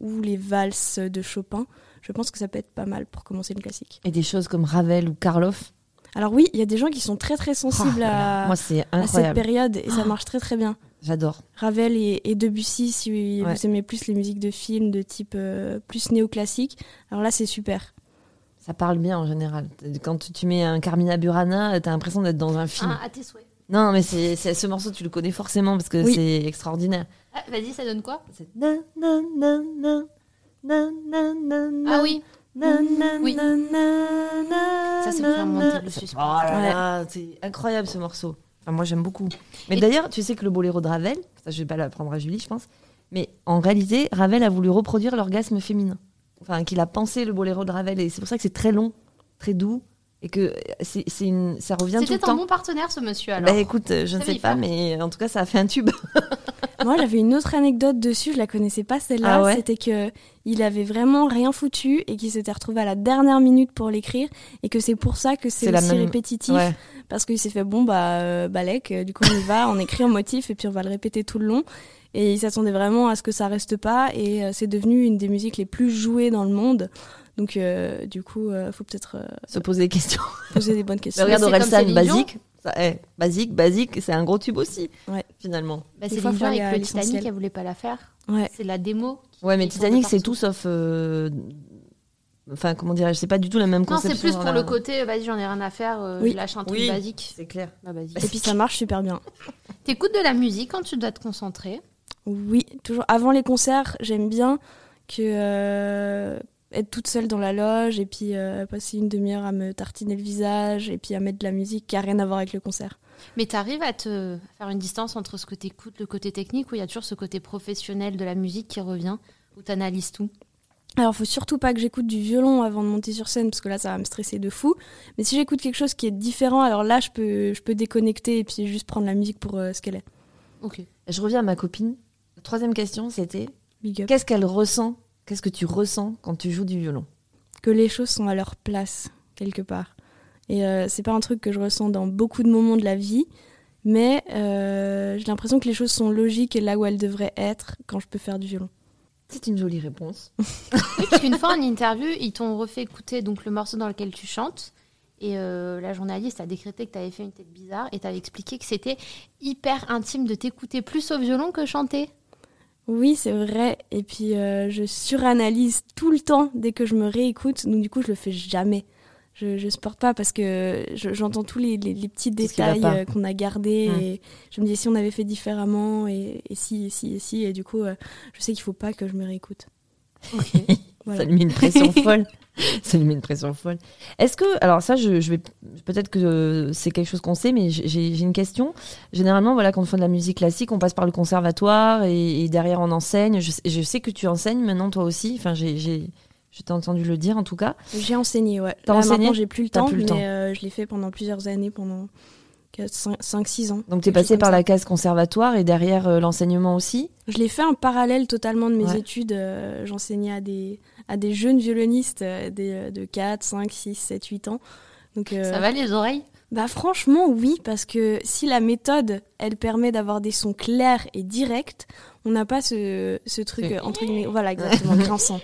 E: ou les valses de Chopin, je pense que ça peut être pas mal pour commencer le classique.
B: Et des choses comme Ravel ou Karloff.
E: Alors oui, il y a des gens qui sont très très sensibles
B: Oh là là,
E: à,
B: Moi, c'est
E: à cette
B: incroyable. Oh.
E: période et ça marche très très bien.
B: J'adore.
E: Ravel et, et Debussy, si
B: Ouais.
E: vous aimez plus les musiques de films de type euh, plus néoclassique, alors là c'est super.
B: Ça parle bien en général. Quand tu mets un Carmina Burana, t'as l'impression d'être dans un film.
A: Ah, à tes souhaits.
B: Non, mais c'est c'est- ce morceau, tu le connais forcément parce que
E: Oui.
B: c'est extraordinaire.
A: Ah, Vas-y, ça donne quoi
B: C'est na, na, na, na, na, na, na,
A: Ah
B: na,
A: oui,
B: na, na,
A: Oui.
B: na, na, na,
A: Ça, ça me
B: na,
A: fait remonter
B: na.
A: le suspense.
B: Oh là là, c'est incroyable ce morceau. Enfin, moi, j'aime beaucoup. Mais
A: Et-
B: d'ailleurs, tu sais que le boléro de Ravel, ça, je vais pas l'apprendre à Julie, je pense. Mais en réalité, Ravel a voulu reproduire l'orgasme féminin. Enfin, qu'il a pensé le boléro de Ravel, et c'est pour ça que c'est très long, très doux, et que euh, c'est c'est une, ça revient tout le
A: c'était un
B: temps.
A: bon partenaire ce monsieur alors.
B: Bah écoute, euh, je
A: Ça
B: ne
A: va
B: sais
A: y hein.
B: pas,
A: faire.
B: mais en tout cas, ça a fait un tube.
E: Moi, j'avais une autre anecdote dessus, je la connaissais pas celle-là.
B: Ah ouais
E: C'était que il avait vraiment rien foutu et qu'il s'était retrouvé à la dernière minute pour l'écrire et que c'est pour ça que
B: C'est
E: c'est
B: la
E: aussi
B: même-
E: répétitif
B: Ouais.
E: parce qu'il s'est fait bon bah euh, balèque, euh, du coup on y va, on écrit un motif et puis on va le répéter tout le long. Et il s'attendait vraiment à ce que ça reste pas et euh, c'est devenu une des musiques les plus jouées dans le monde. Donc euh, du coup, euh, faut peut-être euh,
B: Se poser des questions.
E: poser des bonnes questions.
A: Mais
B: regarde
A: c'est comme
B: Orelsan,
A: Céline Dion.
B: basique. Ça, eh, basique, basique, c'est un gros tube aussi,
E: Ouais.
B: finalement.
A: Bah,
E: Des
A: c'est
E: fois,
A: l'histoire
E: faut
A: avec
E: aller à
A: le
E: l'essentiel.
A: Titanic, elle voulait pas la faire.
E: Ouais.
A: C'est la démo. qui-
B: Ouais, mais
A: qui tourne
B: Titanic, c'est
A: partout.
B: tout sauf. euh, Enfin, comment dirais-je, c'est pas du tout la même
A: Non, c'est
B: conception.
A: plus pour
B: dans
A: le
B: la-
A: côté, vas-y, j'en ai rien à faire, euh,
E: Oui.
A: je lâche un truc
B: Oui.
A: basique.
B: C'est clair.
A: Bah, vas-y.
E: Et puis ça marche super bien.
A: T'écoutes de la musique quand tu dois te concentrer.
E: Oui, toujours avant les concerts, j'aime bien que euh, être toute seule dans la loge et puis euh, passer une demi-heure à me tartiner le visage et puis à mettre de la musique qui a rien à voir avec le concert.
A: Mais t'arrives à te faire une distance entre ce que t'écoutes, le côté technique, où il y a toujours ce côté professionnel de la musique qui revient, où t'analyses tout.
E: Alors, faut surtout pas que j'écoute du violon avant de monter sur scène parce que là, ça va me stresser de fou. Mais si j'écoute quelque chose qui est différent, alors là, je peux, je peux déconnecter et puis juste prendre la musique pour euh, ce qu'elle est.
A: Ok.
B: Je reviens à ma copine. La troisième question, c'était
E: Big up.
B: qu'est-ce qu'elle ressent Qu'est-ce que tu ressens quand tu joues du violon
E: que les choses sont à leur place quelque part. Et euh, c'est pas un truc que je ressens dans beaucoup de moments de la vie, mais euh, j'ai l'impression que les choses sont logiques et là où elles devraient être quand je peux faire du violon.
B: C'est une jolie réponse.
A: Oui, parce qu'une fois en interview, ils t'ont refait écouter donc le morceau dans lequel tu chantes. Et euh, la journaliste a décrété que t'avais fait une tête bizarre et t'avais expliqué que c'était hyper intime de t'écouter plus au violon que chanter.
E: Oui, c'est vrai. Et puis euh, je suranalyse tout le temps dès que je me réécoute, donc du coup je le fais jamais. Je, je supporte pas parce que je- j'entends tous les, les- les petits
B: Tout ce qui va
E: détails
B: pas.
E: euh, qu'on a gardés
B: Mm.
E: et je me dis si on avait fait différemment et, et si et si et si et du coup euh, je sais qu'il faut pas que je me réécoute. Voilà.
B: Ça lui met une pression folle. Ça lui met une pression folle. Est-ce que, alors ça, je, je vais peut-être que euh, c'est quelque chose qu'on sait, mais j'ai- j'ai j'ai une question. Généralement, voilà, quand on fait de la musique classique, on passe par le conservatoire et, et derrière on enseigne. Je, sais- je sais que tu enseignes maintenant toi aussi. Enfin, j'ai, j'ai, je t'ai entendu le dire en tout cas.
E: J'ai enseigné, ouais.
B: T'as
E: Là,
B: enseigné
E: maintenant, j'ai plus le
B: T'as
E: temps,
B: plus le
E: mais
B: temps.
E: euh, je l'ai fait pendant plusieurs années, pendant 5-6 ans.
B: Donc t'es
E: Quelque
B: passé
E: chose
B: par
E: comme
B: la case conservatoire et derrière euh, l'enseignement aussi.
E: ça. Je l'ai fait en parallèle totalement de mes
B: Ouais.
E: études. euh, J'enseignais à des, à des jeunes violonistes euh, des, euh, de 4, 5, 6, 7, 8 ans. Donc, euh,
A: Ça va les oreilles
E: Bah franchement oui, parce que si la méthode, elle permet d'avoir des sons clairs et directs, on n'a pas ce, ce truc
B: C'est-
E: euh, entre guillemets, voilà exactement, grinçant.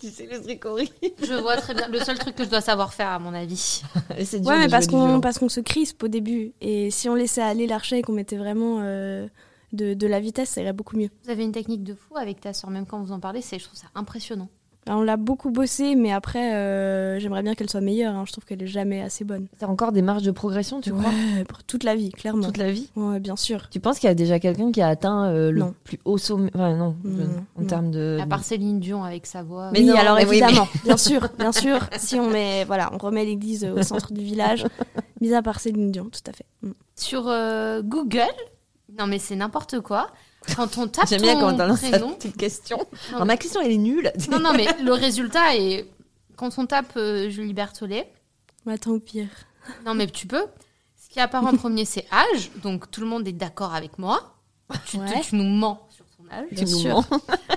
B: Tu sais le truc horrible.
A: Je vois très bien. Le seul truc que je dois savoir faire, à mon avis.
B: c'est dur
E: Ouais,
B: de
E: mais
B: jouer
E: parce
B: du
E: qu'on
B: violon.
E: parce qu'on se crispe au début. Et si on laissait aller l'archet et qu'on mettait vraiment euh, de, de la vitesse, ça irait beaucoup mieux.
A: Vous avez une technique de fou avec ta sœur, même quand vous en parlez, c'est, je trouve ça impressionnant.
E: Alors, on l'a beaucoup bossé, mais après, euh, j'aimerais bien qu'elle soit meilleure. hein. Je trouve qu'elle est jamais assez bonne.
B: T'as encore des marges de progression, tu crois
E: Ouais, pour toute la vie, clairement.
B: Euh, Toute la vie
E: Ouais, bien sûr.
B: Tu penses qu'il y a déjà quelqu'un qui a atteint euh, le
E: Non.
B: plus haut sommet Enfin, non, je-
E: Non,
B: en
E: non.
B: termes de.
A: À part Céline Dion avec sa voix.
B: Euh, Mais
E: oui,
B: non,
E: alors
B: mais oui,
E: évidemment, bien sûr, bien sûr. Si on met, voilà, on remet l'église au centre du village, mis à part Céline Dion, tout à fait. Mm.
A: Sur euh, Google, non mais c'est n'importe quoi. Quand on tape
B: J'aime bien
A: ton
B: quand on lance sa
A: prénom,
B: petite question.
A: Non,
B: Alors, ma question, elle est nulle.
A: non non mais le résultat est quand on tape euh, Julie Berthollet,
B: Bah,
E: Mais Attends, au pire.
A: non mais tu peux. Ce qui apparaît en premier c'est âge, donc tout le monde est d'accord avec moi. Tu, te-
E: Ouais.
A: tu nous mens sur ton âge.
B: Tu nous
E: sûr.
B: mens.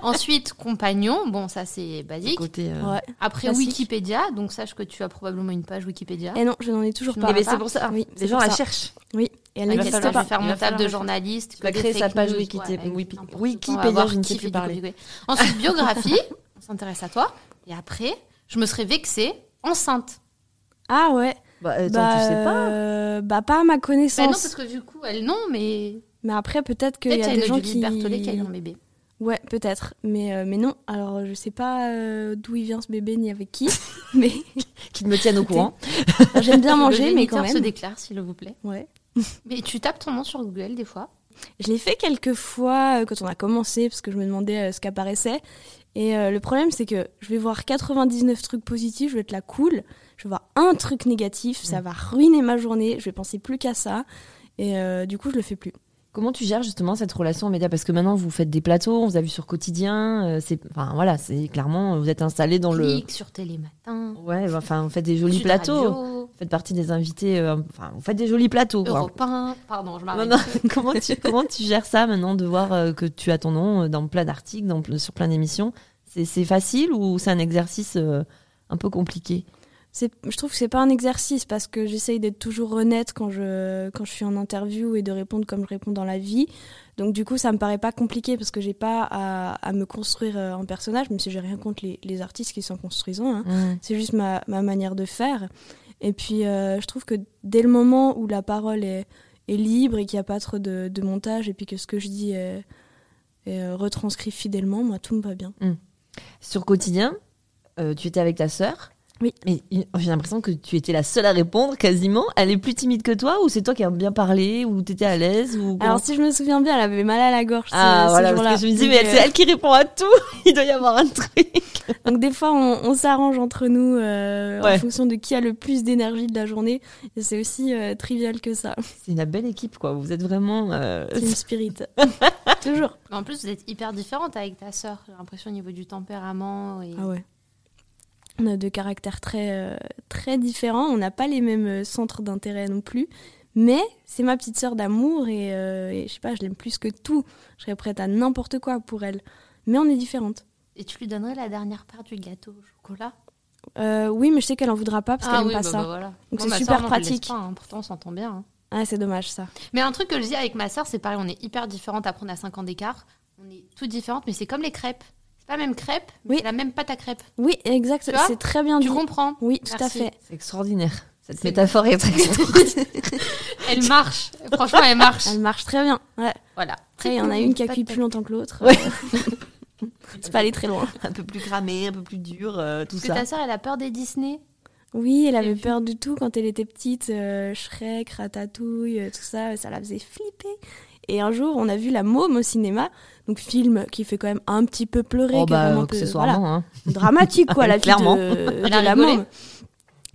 A: Ensuite compagnon, bon ça c'est basique.
B: Côté, euh,
E: Ouais.
A: Après
E: classique.
A: Wikipédia, donc sache que tu as probablement une page Wikipédia.
E: Et non, je n'en ai toujours
A: Eh
E: pas.
B: Eh ben, c'est pour ça.
E: Oui,
B: les
E: c'est
B: gens
E: pour
B: la
E: ça.
B: cherchent.
E: Oui, et elle
B: Il va
A: Je
E: n'existe
A: vais
B: falloir
E: pas.
A: faire
B: Il
A: mon
B: va
A: table
B: falloir
A: de
B: le faire.
A: journaliste.
B: Tu vas
A: que des
B: créer sa
A: fake
B: page
A: news,
B: Wiki-
A: ouais, avec
B: Wiki-
A: n'importe
B: Wikipédia,
A: quoi, on va voir
B: je ne sais
A: qui
B: plus
A: fait du
B: parler.
A: copier-coller. Ensuite, biographie, on s'intéresse à toi. Et après, je me serais vexée, enceinte.
E: Ah ouais.
B: Bah, attends,
E: bah,
B: tu sais pas.
E: euh, bah pas à ma
A: Bah
E: connaissance.
A: non, parce que du coup, elle, non, mais
E: Mais après peut-être qu'il
A: peut-être
E: y a
A: une
E: des gens
A: Julie
E: qui.
A: Berthollet qui a eu un bébé.
E: Ouais, peut-être. Mais euh, mais non. Alors je sais pas euh, d'où il vient ce bébé ni avec qui. mais
B: Qu'ils me tiennent au courant.
E: Enfin, j'aime bien
A: le
E: manger, mais
A: géniteur
E: quand
A: se
E: même.
A: déclare, s'il vous plaît.
E: Ouais.
A: Mais tu tapes ton nom sur Google des fois.
E: Je l'ai fait quelques fois euh, quand on a commencé parce que je me demandais euh, ce qu'apparaissait. Et euh, le problème, c'est que je vais voir 99 trucs positifs, je vais être la cool. Je vais voir un truc négatif, ça va ruiner ma journée. Je vais penser plus qu'à ça. Et euh, du coup, je le fais plus.
B: Comment tu gères justement cette relation aux médias Parce que maintenant, vous faites des plateaux, on vous a vu sur Quotidien. euh, c'est, enfin, voilà, c'est clairement, vous êtes installé dans le.
A: Clique sur Télématin.
B: Ouais, bah, enfin, vous faites des jolis
A: Sud
B: plateaux.
A: Radio,
B: Vous faites partie des invités. euh, enfin, vous faites des jolis plateaux. quoi.
A: Europe 1. Pardon, je
B: Non,
A: m'arrête.
B: non, comment, tu, comment tu gères ça maintenant de voir euh, que tu as ton nom euh, dans plein d'articles, dans, ple- sur plein d'émissions c'est, c'est facile ou c'est un exercice euh, un peu compliqué
E: C'est- je trouve que c'est pas un exercice parce que j'essaye d'être toujours honnête quand je, quand je suis en interview et de répondre comme je réponds dans la vie. Donc du coup, ça me paraît pas compliqué parce que j'ai pas à, à me construire euh, en personnage, même si j'ai rien contre les, les artistes qui sont construisants. hein.
B: Mmh.
E: C'est juste ma, ma manière de faire. Et puis, euh, je trouve que dès le moment où la parole est, est libre et qu'il n'y a pas trop de, de montage et puis que ce que je dis est, est, euh, retranscrit fidèlement, moi, tout me va bien.
B: Sur Quotidien, euh, tu étais avec ta sœur.
E: Oui.
B: Mais il- oh, j'ai l'impression que tu étais la seule à répondre quasiment. Elle est plus timide que toi ou c'est toi qui aimes bien parler ou t'étais à l'aise ou comment
E: Alors, si je me souviens bien, elle avait mal à la gorge. ce-
B: Ah
E: ce
B: voilà,
E: jour-là.
B: parce que je me dis,
E: Donc,
B: mais elle,
E: euh,
B: c'est elle qui répond à tout. Il doit y avoir un truc.
E: Donc des fois, on, on s'arrange entre nous euh,
B: Ouais.
E: en fonction de qui a le plus d'énergie de la journée. Et c'est aussi euh, trivial que ça.
B: C'est une belle équipe, quoi. Vous êtes vraiment. euh,
E: Team Spirit. Toujours.
A: En plus, vous êtes hyper différente avec ta sœur. J'ai l'impression au niveau du tempérament. Et...
E: Ah ouais. On a deux caractères très, euh, très différents. On n'a pas les mêmes euh, centres d'intérêt non plus. Mais c'est ma petite sœur d'amour et, euh, et je sais pas, je l'aime plus que tout. Je serais prête à n'importe quoi pour elle. Mais on est différentes.
A: Et tu lui donnerais la dernière part du gâteau au chocolat
E: Euh, oui, mais je sais qu'elle en voudra pas
A: Ah
E: parce qu'elle n'aime pas ça.
A: bah, voilà. Moi,
E: Donc c'est
A: ma
E: super
A: sœur, non, je laisse
E: pratique.
A: pas, hein. Pourtant, on s'entend bien. hein.
E: Ah, c'est dommage ça.
A: Mais un truc que je dis avec ma sœur, c'est pareil, on est hyper différentes. Après, on a 5 ans d'écart. On est toutes différentes, mais c'est comme les crêpes. C'est pas la même crêpe, mais
E: Oui.
A: c'est la même pâte à crêpes.
E: Oui, exact.
A: Tu vois
E: C'est très bien
A: Tu
E: dit.
A: comprends
E: Oui, tout à
A: Merci.
E: fait.
B: C'est extraordinaire. Cette
A: C'est-
B: métaphore est extraordinaire.
A: Elle marche. Franchement, elle marche.
E: Elle marche très bien. Ouais.
A: Voilà.
E: Après, il y en a une qui a
A: Pas
E: cuit
A: de-
E: plus longtemps que l'autre.
B: Ouais.
E: C'est pas aller très loin.
B: un peu plus cramé, un peu plus dur, euh, tout
A: Parce que ta sœur, elle a peur des Disney.
E: Oui, elle
A: J'ai
E: avait
A: vu.
E: peur du tout quand elle était petite. euh, Shrek, Ratatouille, euh, tout ça, ça la faisait flipper. Et un jour, on a vu La Môme au cinéma, donc film qui fait quand même un petit peu pleurer,
B: Oh
E: qui est
B: bah,
E: vraiment un peu-
B: accessoirement. hein.
E: voilà, dramatique quoi, la vie
B: Clairement.
E: de,
A: Elle a
E: de La
A: rigolé.
E: Môme.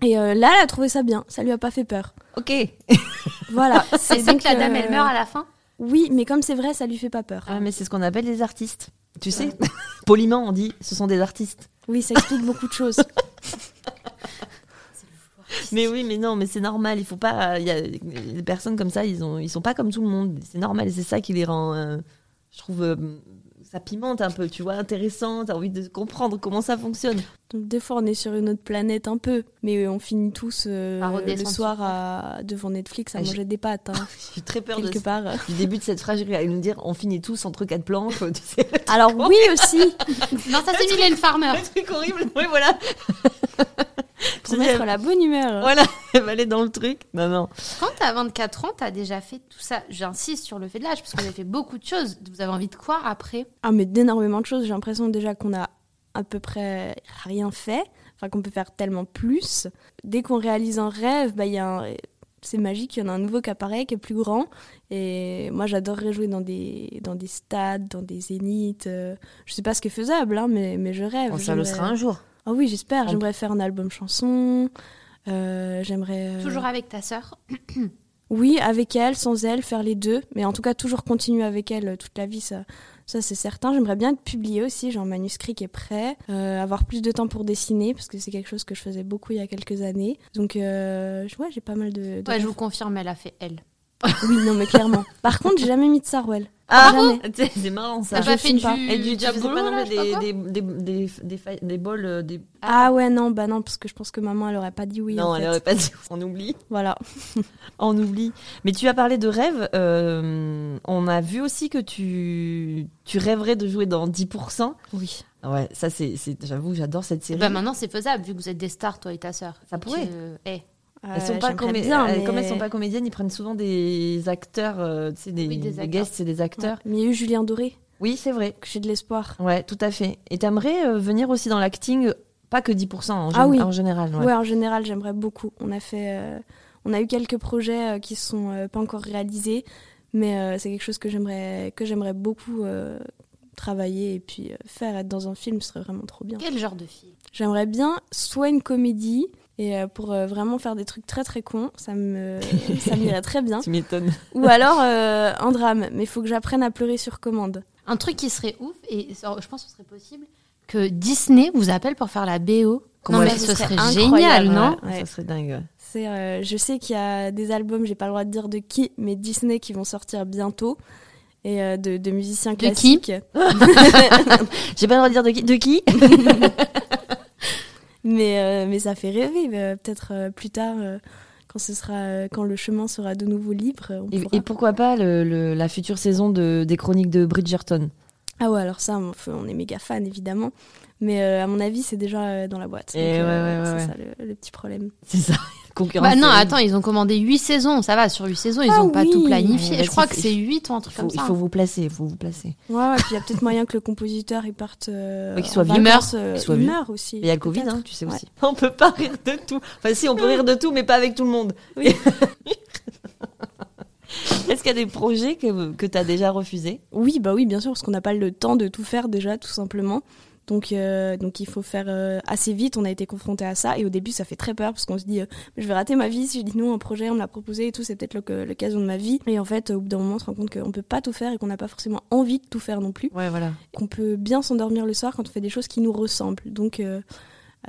E: Et euh, là, elle a trouvé ça bien, ça lui a pas fait peur.
B: Ok.
E: Voilà.
A: C'est ça
E: donc,
A: que la dame,
E: euh,
A: elle meurt à la fin
E: Oui, mais comme c'est vrai, ça lui fait pas peur.
B: Ah, mais c'est ce qu'on appelle les artistes. Tu sais, poliment, on dit, ce sont des artistes.
E: Oui, ça explique beaucoup de choses.
B: Mais oui, mais non, mais c'est normal. Il faut pas. euh, Il y a des personnes comme ça, ils ont, ils sont pas comme tout le monde. C'est normal. et C'est ça qui les rend. euh, je trouve. euh, ça pimente un peu, tu vois, intéressant. T'as envie de comprendre comment ça fonctionne.
E: Donc, des fois, on est sur une autre planète un peu, mais on finit tous euh,
A: Par
E: le
A: redescendre
E: soir
A: sur
E: à, devant Netflix à
B: Ah, j'ai-
E: manger des pâtes, hein,
B: J'ai très peur de
E: quelque
B: ça.
E: part. euh.
B: du début de cette phrase. J'ai nous dire, on finit tous entre quatre planches. Tu sais,
E: Alors oui aussi,
A: Non, ça, c'est Mylène Farmer.
B: un truc horrible. Oui, voilà.
E: pour pour mettre la bonne humeur.
B: Voilà, elle va aller dans le truc. Non, non.
A: Quand t'as 24 ans, t'as déjà fait tout ça. J'insiste sur le fait de l'âge, parce qu'on a fait beaucoup de choses. Vous avez envie de quoi après
E: Ah, mais d'énormément de choses. J'ai l'impression déjà qu'on a à peu près rien fait, enfin qu'on peut faire tellement plus. Dès qu'on réalise un rêve, bah, il y a un- c'est magique, il y en a un nouveau qui apparaît, qui est plus grand. Et moi, j'adorerais jouer dans des, dans des stades, dans des zéniths. euh, Je sais pas ce qui est faisable, hein, mais, mais je rêve.
B: On Oh, ça le
E: J'aimerais-
B: sera un jour.
E: Ah oui, j'espère.
B: On-
E: J'aimerais faire un album chanson. Euh, J'aimerais. euh,
A: Toujours avec ta sœur
E: oui, avec elle, sans elle, faire les deux. Mais en tout cas, toujours continuer avec elle euh, toute la vie, ça, ça c'est certain. J'aimerais bien être publiée aussi, j'ai un manuscrit qui est prêt. Euh, avoir plus de temps pour dessiner, parce que c'est quelque chose que je faisais beaucoup il y a quelques années. Donc, euh, je- ouais, j'ai pas mal de... de-
A: Ouais, je vous confirme, elle a fait elle.
E: Oui, non, mais clairement. Par contre, j'ai jamais mis de sarwell.
B: Ah,
E: jamais.
B: C'est c'est marrant ça.
A: Elle a
E: je
A: fait
E: filme
A: du,
E: pas.
B: Et du
A: tu faisais
B: diabolo,
A: pas non,
B: là,
A: je sais pas
B: des,
A: quoi Eh
B: des, des, des, des, fa- des bols, euh, des...
E: Ah ouais, non, bah non, parce que je pense que maman, elle aurait pas dit oui.
B: non,
E: en
B: elle
E: fait.
B: aurait pas dit. On oublie.
E: Voilà.
B: On oublie. Mais tu as parlé de rêve. euh, on a vu aussi que tu, tu rêverais de jouer dans 10%.
E: Oui.
B: Ouais, ça, c'est, c'est- j'avoue, j'adore cette série.
A: Bah maintenant, c'est faisable, vu que vous êtes des stars, toi et ta sœur.
B: Ça pourrait.
A: Euh, eh,
B: Elles sont pas
E: comme
B: comé- elles- Comme elles sont pas comédiennes, ils prennent souvent des acteurs, euh, tu sais, des,
A: Oui, des
B: des
A: acteurs.
B: guests, c'est des acteurs.
E: Mais il y a eu Julien Doré,
B: Oui, c'est vrai.
E: que j'ai de l'espoir.
B: Ouais, tout à fait. Et t'aimerais euh, venir aussi dans l'acting, euh, pas que 10% en,
E: Ah
B: gén-
E: oui.
B: en général.
E: Ouais. en général, j'aimerais beaucoup. On a fait, euh, on a eu quelques projets euh, qui sont euh, pas encore réalisés, mais euh, c'est quelque chose que j'aimerais, que j'aimerais beaucoup euh, travailler et puis euh, faire être dans un film, ce serait vraiment trop bien.
A: quel genre de fille
E: J'aimerais bien soit une comédie et euh, pour euh, vraiment faire des trucs très très cons, ça me, ça m'irait très bien.
B: Tu m'étonnes.
E: Ou alors euh, un drame, mais il faut que j'apprenne à pleurer sur commande.
A: Un truc qui serait ouf, et ça- je pense que ce serait possible, que Disney vous appelle pour faire la BO.
B: Comment
A: non,
B: elle-
A: mais
E: ce
A: ce
E: serait
A: serait
E: incroyable,
A: génial, non
B: Ouais, Ça serait dingue. ouais.
E: C'est, euh, je sais qu'il y a des albums, j'ai pas le droit de dire de qui, mais Disney qui vont sortir bientôt et euh, de, de musiciens
A: qui
E: classiques.
B: J'ai pas le droit de dire de qui, de qui
E: mais euh, mais ça fait rêver. mais, euh, Peut-être euh, plus tard, euh, quand ce sera, euh, quand le chemin sera de nouveau libre, euh, on
B: et,
E: pourra-
B: et pourquoi pas le- le- la future saison de, des chroniques de Bridgerton
E: Ah ouais, alors ça, on, fait- on est méga fan évidemment. Mais euh, à mon avis, c'est déjà euh, dans la boîte.
B: Et
E: Donc, euh,
B: ouais, ouais, ouais,
E: c'est ça le, le petit problème.
B: C'est ça, concurrence.
A: Bah non,
B: terrible.
A: attends, ils ont commandé 8 saisons, ça va, sur 8 saisons, ils
E: Ah
A: ont pas
E: oui.
A: tout
B: Ouais,
A: planifié.
B: vas-y,
A: je crois
B: faut-
A: que c'est 8 ou un
B: Il
A: truc
B: faut,
A: comme
B: il
A: ça. hein.
B: faut vous placer, il faut vous placer.
E: Ouais, ouais, puis il y a peut-être moyen que le compositeur il parte. euh,
B: Ouais, qu'il soit
E: en
B: vieux.
E: vacances,
A: Il meurt.
E: euh,
B: Qu'il soit
E: il
B: vieux.
E: meurt aussi.
B: Mais il y a le Covid,
E: peut-être.
B: hein, tu sais
E: Ouais.
B: aussi. On peut pas rire de tout. Enfin, si, on peut rire de tout, mais pas avec tout le monde.
E: Oui.
B: Est-ce qu'il y a des projets que, que tu as déjà refusés
E: Oui, bah oui, bien sûr, parce qu'on n'a pas le temps de tout faire déjà, tout simplement. Donc, euh, donc il faut faire euh, assez vite. On a été confronté à ça et au début, ça fait très peur parce qu'on se dit, euh, je vais rater ma vie si je dis non à un projet, on me l'a proposé et tout, c'est peut-être l'oc- l'occasion de ma vie. Et en fait, au bout d'un moment, on se rend compte qu'on peut pas tout faire et qu'on n'a pas forcément envie de tout faire non plus.
B: Ouais, voilà.
E: Qu'on peut bien s'endormir le soir quand on fait des choses qui nous ressemblent. Donc, euh,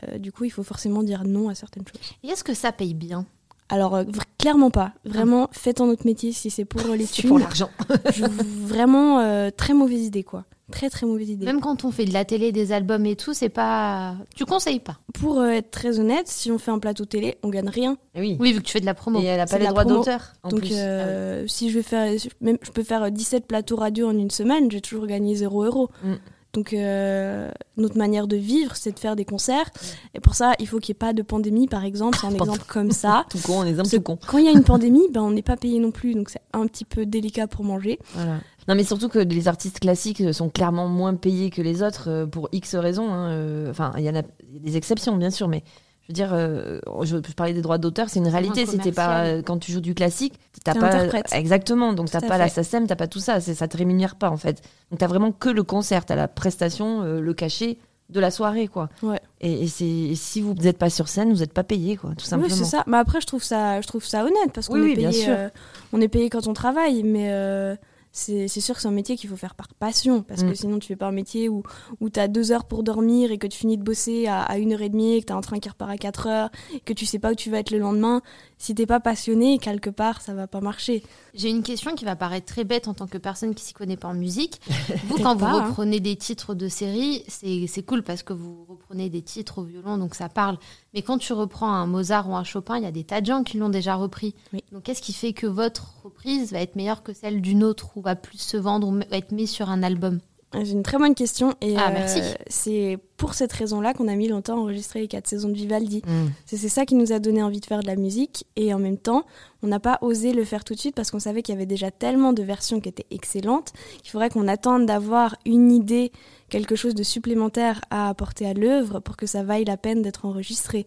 E: euh, du coup, il faut forcément dire non à certaines choses.
A: Et est-ce que ça paye bien
E: Alors, euh, vr- clairement pas. Vraiment, faites en notre métier si c'est pour euh, les
B: C'est pour
E: thunes.
B: l'argent.
E: Je- vraiment, euh, très mauvaise idée, quoi. Très, très mauvaise idée.
A: Même quand on fait de la télé, des albums et tout, c'est pas. Tu conseilles pas
E: Pour euh, être très honnête, si on fait un plateau télé, on gagne rien.
B: Oui.
A: Oui, vu que tu fais de la promo.
B: Et elle a
E: C'est
B: pas
E: de
B: les
E: la
B: droits
E: promo.
B: d'auteur. en
E: Donc
B: plus. Ah
E: euh, si je vais faire même je peux faire euh, 17 plateaux radio en une semaine, j'ai toujours gagné 0 euros.
B: Mm.
E: Donc euh, notre manière de vivre, c'est de faire des concerts et pour ça, il faut qu'il n'y ait pas de pandémie par exemple, c'est un
B: Pardon.
E: exemple comme ça.
B: Tout con, on est un
E: Parce que
B: tout con.
E: Quand il y a une pandémie, ben, on n'est pas payé non plus, donc c'est un petit peu délicat pour manger.
B: Voilà. Non, mais surtout que les artistes classiques euh, sont clairement moins payés que les autres euh, pour X raisons. hein, euh, Enfin, il y en a il y a des exceptions, bien sûr, mais je veux dire, euh, je, je parlais des droits d'auteur, c'est une réalité. C'était pas
A: commercial.
B: euh, quand tu joues du classique, t'as
E: T'es
B: pas
E: interprète.
B: exactement. Donc
E: Tout
B: t'as
E: à
B: pas la
E: fait.
B: SACEM, t'as pas tout ça. C'est ça te rémunère pas en fait. Donc t'as vraiment que le concert, t'as la prestation, euh, le cachet de la soirée, quoi.
E: Ouais.
B: Et, et c'est et si vous n'êtes pas sur scène, vous n'êtes pas payé, quoi, tout simplement.
E: Oui, c'est ça. Mais après, je trouve ça, je trouve ça honnête parce qu'on
B: Oui, oui,
E: est
B: bien
E: payé.
B: sûr.
E: euh, on est payé quand on travaille, mais euh, c'est c'est sûr que c'est un métier qu'il faut faire par passion parce
B: Mm.
E: que sinon, tu fais pas un métier où, où tu as deux heures pour dormir et que tu finis de bosser à, à une heure et demie, et que tu as un train qui repart à quatre heures, et que tu sais pas où tu vas être le lendemain. Si t'es pas passionné, quelque part, ça va pas marcher.
A: J'ai une question qui va paraître très bête en tant que personne qui s'y connaît pas en musique. Vous, quand vous
E: pas, hein.
A: reprenez des titres de séries, c'est c'est cool parce que vous reprenez des titres au violon, donc ça parle. Mais quand tu reprends un Mozart ou un Chopin, il y a des tas de gens qui l'ont déjà repris.
E: Oui.
A: Donc qu'est-ce qui fait que votre reprise va être meilleure que celle d'une autre ou va plus se vendre ou va être mise sur un album
E: C'est une très bonne question. Et euh,
A: Ah, merci.
E: C'est pour cette raison-là qu'on a mis longtemps à enregistrer les quatre saisons de Vivaldi.
B: Mmh.
E: C'est c'est ça qui nous a donné envie de faire de la musique. Et en même temps, on n'a pas osé le faire tout de suite parce qu'on savait qu'il y avait déjà tellement de versions qui étaient excellentes qu'il faudrait qu'on attende d'avoir une idée, quelque chose de supplémentaire à apporter à l'œuvre pour que ça vaille la peine d'être enregistré.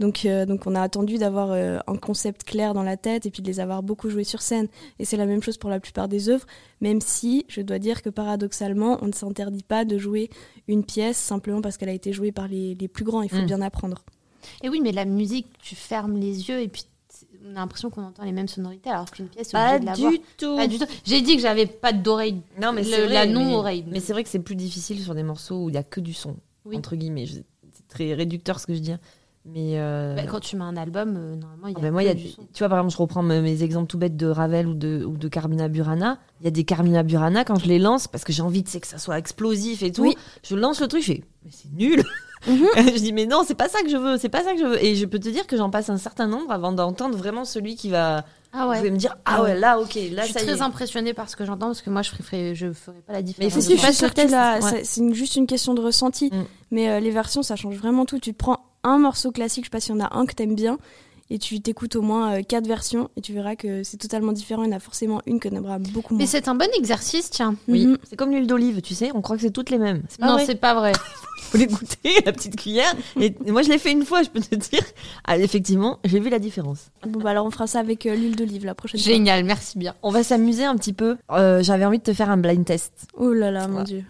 E: Donc, euh, donc on a attendu d'avoir euh, un concept clair dans la tête et puis de les avoir beaucoup joués sur scène. Et c'est la même chose pour la plupart des œuvres, même si je dois dire que paradoxalement, on ne s'interdit pas de jouer une pièce simplement parce qu'elle a été jouée par les, les plus grands. Il faut
B: Mm.
E: bien apprendre.
A: Et oui, mais la musique, tu fermes les yeux et puis t- on a l'impression qu'on entend les mêmes sonorités alors qu'une pièce, t'es obligé de la voir.
B: tout.
A: Pas du tout. J'ai dit que j'avais pas d'oreille.
B: Non, mais
A: Le-
B: c'est vrai,
A: la
B: mais-
A: non-oreille.
B: Mais, c'est vrai que c'est plus difficile sur des morceaux où il y a que du son,
A: Oui.
B: entre guillemets. Je- C'est très réducteur ce que je dis. hein. Mais euh,
A: Bah, quand tu mets un album, euh, normalement, il y a,
B: ah ben moi,
A: que
B: il y a
A: du
B: des-
A: son.
B: tu vois, par exemple, je reprends me- mes exemples tout bêtes de Ravel ou de, ou de Carmina Burana. Il y a des Carmina Burana, quand je les lance, parce que j'ai envie de, c'est que ça soit explosif et tout,
E: Oui.
B: je lance le truc, je fais, mais c'est nul
E: Mhm.
B: Je dis, mais non, c'est pas ça que je veux, c'est pas ça que je veux. Et je peux te dire que j'en passe un certain nombre avant d'entendre vraiment celui qui va,
A: Ah
B: je vais
A: ouais.
B: me dire, ah ouais, là, ok, là,
A: je suis
B: ça y est.
A: très impressionnée par ce que j'entends parce que moi, je ferais, je ferais pas la différence.
B: faut
E: Je
B: que
E: suis
B: tu
E: pas
B: fasses
E: sûre
B: le
E: que tu
B: test.
E: l'as-
B: Ouais.
E: ça- C'est une- juste une question de ressenti.
B: Mm.
E: Mais euh, les versions, ça change vraiment tout. Tu prends un morceau classique, je sais pas s'il y en a un que t'aimes bien, et tu t'écoutes au moins euh, quatre versions, et tu verras que c'est totalement différent. Il y en a forcément une que t'aimeras beaucoup moins.
A: Mais c'est un bon exercice, tiens.
B: Oui,
E: Mhm.
B: c'est comme l'huile d'olive, tu sais, on croit que c'est toutes les mêmes. C'est pas
A: non,
B: vrai.
A: c'est pas vrai.
B: faut les goûter, la petite cuillère. Et moi, je l'ai fait une fois, je peux te dire. Ah, effectivement, j'ai vu la différence.
E: Bon, bah alors on fera ça avec euh, l'huile d'olive la prochaine fois.
A: Génial, merci bien.
B: On va s'amuser un petit peu. Euh, J'avais envie de te faire un blind test.
E: Oh là là, mon dieu.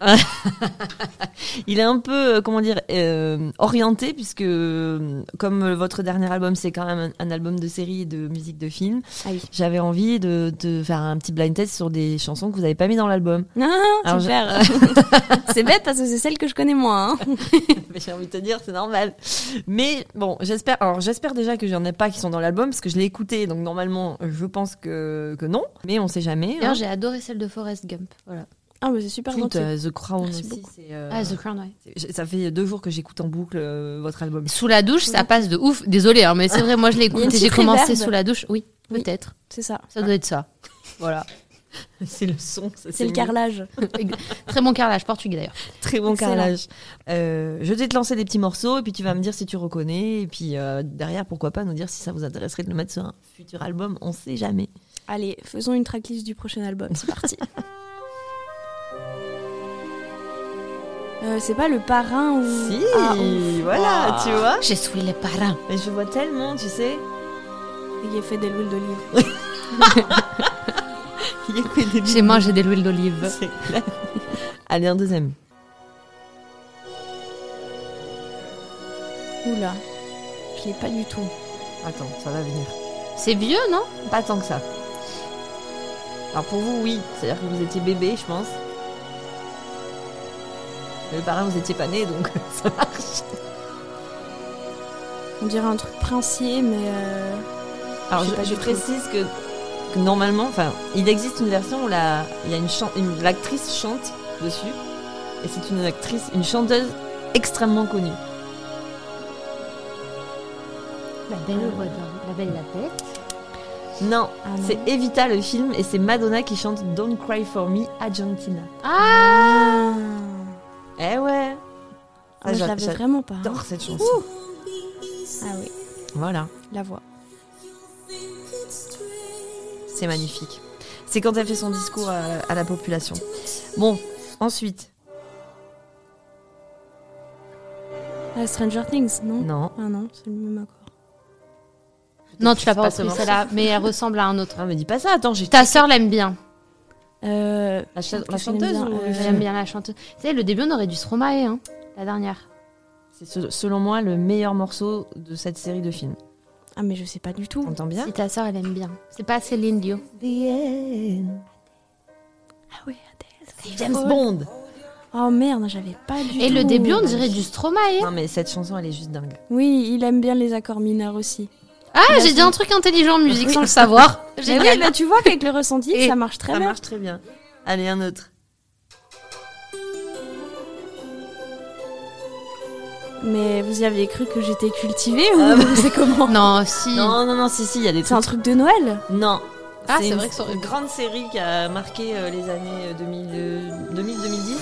B: Il est un peu, euh, comment dire, euh, orienté, puisque euh, comme votre dernier album, c'est quand même un, un album de série et de musique de film,
E: Ah oui.
B: j'avais envie de, de faire un petit blind test sur des chansons que vous n'avez pas mis dans l'album.
E: Ah,
B: Alors,
E: super. c'est bête parce que c'est celle que je connais moins. hein.
B: Mais j'ai envie de te dire, c'est normal. Mais bon, j'espère. Alors, j'espère déjà que j'en ai pas qui sont dans l'album, parce que je l'ai écouté, donc normalement, je pense que, que non. Mais on sait jamais. hein.
A: D'ailleurs, j'ai adoré celle de Forrest Gump. Voilà.
E: Ah, mais c'est super
B: Tout,
E: gentil.
B: euh, The Crown
E: Merci
B: aussi,
E: beaucoup.
B: c'est, euh,
A: Ah, The Crown, ouais.
B: c'est- j'ai- ça fait deux jours que j'écoute en boucle euh, votre album.
A: Sous la douche, ça passe de ouf. Désolée, hein, mais c'est vrai, moi, je
E: Il y a une
A: l'écoute et j'ai
E: petite
A: commencé
E: réverb.
A: sous la douche. Oui,
E: Oui.
A: peut-être.
E: C'est ça.
A: Ça doit être ça.
B: Voilà. c'est le son. ça,
E: C'est le
B: mis.
E: carrelage.
A: Très bon carrelage portugais d'ailleurs.
B: Très bon
E: Excellent.
B: carrelage. Euh, je vais te lancer des petits morceaux et puis tu vas me dire si tu reconnais. Et puis euh, derrière, pourquoi pas nous dire si ça vous intéresserait de le mettre sur un futur album. On sait jamais.
E: Allez, faisons une tracklist du prochain album. C'est parti. Euh, c'est pas le parrain ou.
B: Si,
E: Ah, ouf.
B: voilà, tu vois.
A: J'ai saoulé les parrains.
B: Mais je vois tellement, tu sais.
E: Il est fait de l'huile d'olive.
B: Il y a que des
A: J'ai mangé de l'huile d'olive.
B: C'est clair. Allez, un deuxième.
E: Oula, je l'ai pas du tout.
B: Attends, ça va venir.
A: C'est vieux, non
B: Pas tant que ça. Alors pour vous, oui. C'est-à-dire que vous étiez bébé, je pense. Mais le parrain, vous étiez pas né, donc ça marche.
E: On dirait un truc princier, mais. euh,
B: Alors
E: Je sais
B: je,
E: pas
B: je
E: du tout.
B: précise que, que normalement, enfin, il existe une version où la, il y a une, chan- une- l'actrice chante dessus, et c'est une actrice, une chanteuse extrêmement connue.
A: La belle au bois dormant. La belle et la bête.
B: Non,
E: ah non.
B: c'est Evita le film, et c'est Madonna qui chante Don't Cry for Me, Argentina.
E: Ah
B: Eh ouais.
E: Ah, Moi, je
B: j'a-
E: l'avais vraiment pas. hein.
B: J'adore cette chanson.
E: Ah oui,
B: Voilà.
E: la voix.
B: C'est magnifique. C'est quand elle fait son discours à, à la population. Bon, ensuite.
E: Ah, Stranger Things, non
B: Non.
E: Ah non, c'est le même accord.
A: Non, tu l'as pas
B: Pas ce
A: repris
B: morceau.
A: celle-là, mais elle ressemble à un autre.
B: Non, Ah, mais dis pas ça. Attends, j'ai.
A: Ta sœur l'aime bien.
E: Euh,
B: La, cha- la
E: Qu'est-ce qu'on aime
B: chanteuse
E: bien,
B: ou-
E: euh,
A: J'aime bien la chanteuse. Tu sais, le début, on aurait dû se romaer, hein, la dernière.
B: C'est se- selon moi le meilleur morceau de cette série de films.
E: Ah, mais je sais pas du tout.
B: T'entends bien
A: Si ta sœur, elle aime bien. C'est pas Céline Dion.
E: Ah oui,
B: C'est James Bond.
E: Oh merde, j'avais pas du tout.
A: Et le début, on dirait du Stromae.
B: Non mais cette chanson elle est juste dingue.
E: Oui, il aime bien les accords mineurs aussi.
A: Ah,
E: Merci.
A: j'ai dit un truc intelligent en musique sans le savoir.
E: Mais oui,
A: Génial.
E: bah, tu vois qu'avec le ressenti,
B: Et
E: ça marche très
B: Ça
E: bien.
B: marche très bien. Allez un autre.
E: Mais vous y aviez cru que j'étais cultivée
B: Ah
E: ou
B: bah.
E: c'est comment
A: Non, si.
B: Non non non si si il y a des
E: C'est un
B: trucs.
E: truc de Noël
B: Non.
A: Ah, c'est
B: une-
A: vrai que ça aurait-
B: euh, une grande série qui a marqué euh, les années 2000-2010.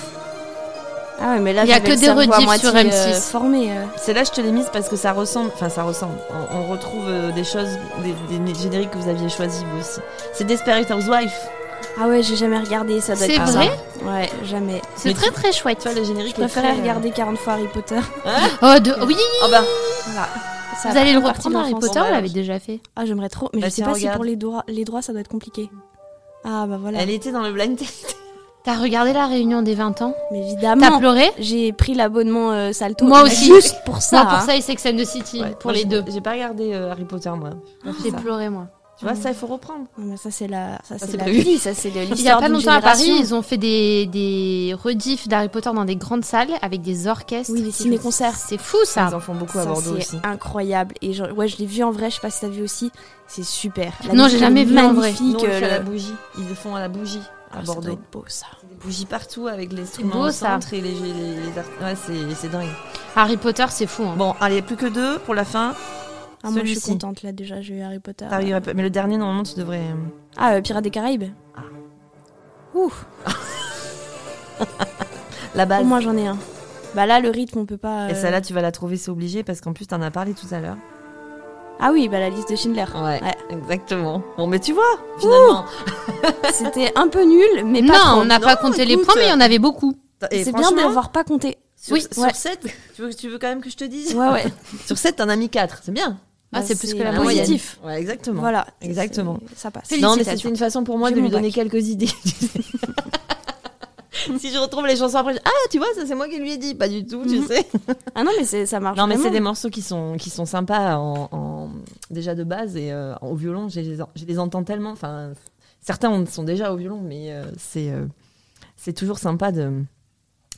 E: Ah ouais, mais là,
A: Il y a
E: j'avais
A: que
E: le
A: des
E: cerveau à
A: rediffs
E: moitié,
A: sur M6.
E: euh, formé. euh.
B: Celle-là, je te l'ai mise parce que ça ressemble. Enfin, ça ressemble. On, on retrouve euh, des choses, des, des génériques que vous aviez choisis, vous aussi. C'est Desperate Housewife.
E: Ah ouais, j'ai jamais regardé, ça doit
A: C'est
E: être
A: vrai
E: ça. Ouais, jamais.
A: C'est
B: Mais
A: très très chouette.
B: Tu vois, le générique
E: Je préférais
B: est très, euh,
E: regarder 40 fois Harry Potter.
A: Oh, de... Oui,
B: Oh bah,
E: Voilà. Ça
A: vous
E: a
A: allez
E: fait
A: le
E: partie de
A: reprendre Harry
E: l'enfance.
A: Potter, on
B: voilà.
A: l'avait déjà fait.
E: Ah, j'aimerais trop, mais
B: Bah,
E: je sais
B: tiens,
E: pas si
B: regarde.
E: pour les droits, les droits ça doit être compliqué. Ah bah voilà.
B: elle était dans le blind test.
A: T'as regardé la réunion des 20 ans
E: Mais
A: T'as
E: évidemment,
A: pleuré
E: j'ai pris l'abonnement euh, Salto.
A: Moi aussi.
E: Juste pour ça.
A: Moi pour
E: hein.
A: ça et Sex and the City,
B: Ouais,
A: pour
B: moi,
A: les
B: j'ai-
A: deux.
B: J'ai pas regardé euh, Harry Potter, moi. J'ai pas fait
A: J'ai
B: ça.
A: pleuré moi.
B: Tu vois, ça, il faut reprendre.
E: Non, mais ça c'est la, ça c'est
B: c'est
E: la
B: prévu.
E: vie, ça c'est le- l'histoire.
A: Il y a pas
E: d'une
A: longtemps à Paris, ils
E: génération.
A: ont fait des, des rediffs d'Harry Potter dans des grandes salles avec des orchestres.
E: Oui, des ciné-concerts.
A: C'est fou ça.
B: Ils en font beaucoup à
E: Ça,
B: Bordeaux
E: c'est
B: aussi.
E: incroyable. Et genre- ouais, je l'ai vu en vrai. Je sais pas si t'as vu aussi. C'est super. La
A: Non,
E: musique,
A: j'ai jamais
E: elle est
A: vu en vrai.
E: magnifique,
B: Nous, on le
E: euh,
B: fait à la
E: le-
B: bougie. Ils le font à la bougie à
E: Ah, ça doit
B: Bordeaux.
E: être beau ça.
B: Des bougies partout avec les
A: beau,
B: instruments au
A: ça.
B: centre et les, les, les art- Ouais, c'est- c'est dingue.
A: Harry Potter, c'est fou. hein.
B: Bon, allez, plus que deux pour la fin.
E: Ah, moi je suis
B: Celui-ci.
E: contente là déjà. J'ai eu Harry Potter.
B: T'arriverais pas- Mais le dernier, normalement, tu devrais. euh,
E: Ah, euh, Pirates des Caraïbes.
B: Ah.
E: Ouh.
B: La base.
E: Oh, Moi j'en ai un. Bah là le rythme on peut pas.
B: Et
E: euh,
B: celle-là, tu vas la trouver, c'est obligé, parce qu'en plus, t'en as parlé tout à l'heure.
E: Ah oui, bah la liste de Schindler. Ouais.
B: exactement. Bon, mais tu vois, finalement.
E: C'était un peu nul, mais
A: non,
E: pas trop.
A: on n'a pas
B: Non,
A: compté les
B: écoute.
A: points, mais il y en avait beaucoup.
B: Et
E: C'est bien
B: franchement,
E: d'avoir pas compté.
B: Sur,
E: Oui, ouais.
B: 7, tu veux, tu veux quand même que je te dise
E: Ouais, ouais.
B: Sur 7, t'en as mis 4, c'est bien.
A: Ah,
E: Bah,
A: c'est plus que la
E: un
A: moyenne.
E: Positif.
B: Ouais, exactement.
E: Voilà.
B: Exactement.
E: C'est- Ça passe.
B: Non, mais c'était une façon pour moi
E: J'ai
B: de
E: mon
B: lui donner
E: bac.
B: quelques idées. si je retrouve les chansons après, je- ah, tu vois, ça c'est moi qui lui ai dit, pas du tout, tu
E: Mhm.
B: sais.
E: Ah non, mais c'est- ça marche.
B: Non, mais c'est des
E: vraiment.
B: morceaux qui sont, qui sont sympas en, en- déjà de base et euh, au violon, je les, en- je les entends tellement. Enfin, certains en sont déjà au violon, mais euh, c'est euh, c'est toujours sympa de,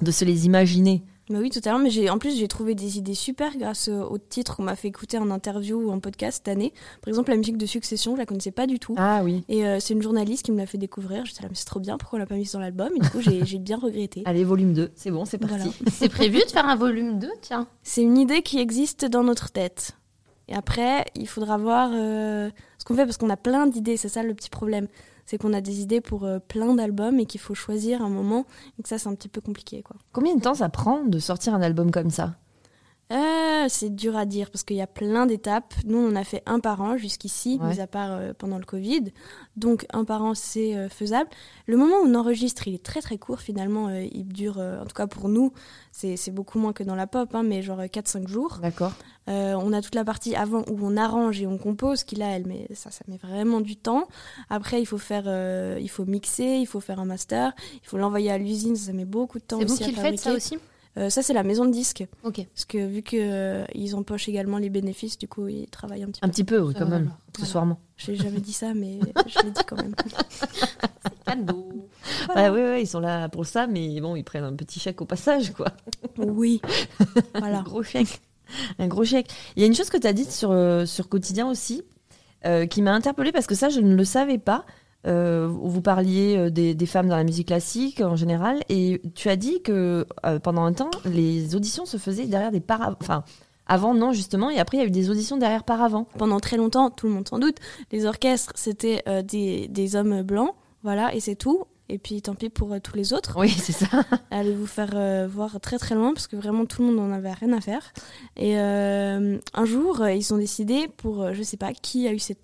B: de se les imaginer.
E: Bah oui, tout à l'heure. Mais j'ai- en plus, j'ai trouvé des idées super grâce euh, aux titres qu'on m'a fait écouter en interview ou en podcast cette année. Par exemple, la musique de Succession, je la connaissais pas du tout.
B: Ah oui.
E: Et euh, c'est une journaliste qui me l'a fait découvrir. J'étais là, mais c'est trop bien, pourquoi on l'a pas mise dans l'album Et du coup, j'ai j'ai bien regretté.
B: Allez, volume 2, c'est bon, c'est parti.
E: Voilà.
A: C'est prévu de faire un volume 2, tiens.
E: C'est une idée qui existe dans notre tête. Et après, il faudra voir euh, ce qu'on fait parce qu'on a plein d'idées. C'est ça le petit problème. C'est qu'on a des idées pour euh, plein d'albums et qu'il faut choisir un moment. Et que ça, c'est un petit peu compliqué. quoi.
B: Combien de temps ça prend de sortir un album comme ça
E: Euh, c'est dur à dire parce qu'il y a plein d'étapes. Nous, on en a fait un par an jusqu'ici,
B: Ouais.
E: mis à part euh, pendant le Covid. Donc, un par an, c'est euh, faisable. Le moment où on enregistre, il est très très court finalement. Euh, il dure, euh, en tout cas pour nous, c'est c'est beaucoup moins que dans la pop, hein, mais genre euh, 4-5 jours.
B: D'accord.
E: Euh, on a toute la partie avant où on arrange et on compose, qui là, elle met, ça, ça met vraiment du temps. Après, il faut faire, euh, il faut mixer, il faut faire un master, il faut l'envoyer à l'usine, ça met beaucoup de temps.
A: C'est vous
E: aussi à
A: qui le faites, ça
E: fabriquer.
A: aussi
E: Euh, Ça, c'est la maison de disques,
A: Ok.
E: parce que vu que euh, ils empochent également les bénéfices, du coup, ils travaillent un petit peu.
B: Un petit peu, oui, quand
A: Voilà.
B: même, accessoirement.
E: J'ai jamais dit ça, mais je l'ai dit quand même.
A: Cadeau.
B: Ah Ouais, ouais, ouais, ils sont là pour ça, mais bon, ils prennent un petit chèque au passage, quoi.
E: Oui,
B: Un
E: voilà.
B: gros chèque. Un gros chèque. Il y a une chose que tu as dite sur, euh, sur Quotidien aussi, euh, qui m'a interpellée parce que ça, je ne le savais pas. Euh, vous parliez euh, des, des femmes dans la musique classique en général, et tu as dit que euh, pendant un temps, les auditions se faisaient derrière des paravents. Enfin, avant, non, justement, et après, il y a eu des auditions derrière paravents.
E: Pendant très longtemps, tout le monde s'en doute, les orchestres, c'était euh, des, des hommes blancs, voilà, et c'est tout. Et puis, tant pis pour euh, tous les autres.
B: Oui, c'est ça.
E: allez vous faire euh, voir très très loin parce que vraiment tout le monde n'en avait rien à faire. Et euh, un jour, euh, ils ont décidé pour euh, je sais pas qui a eu cette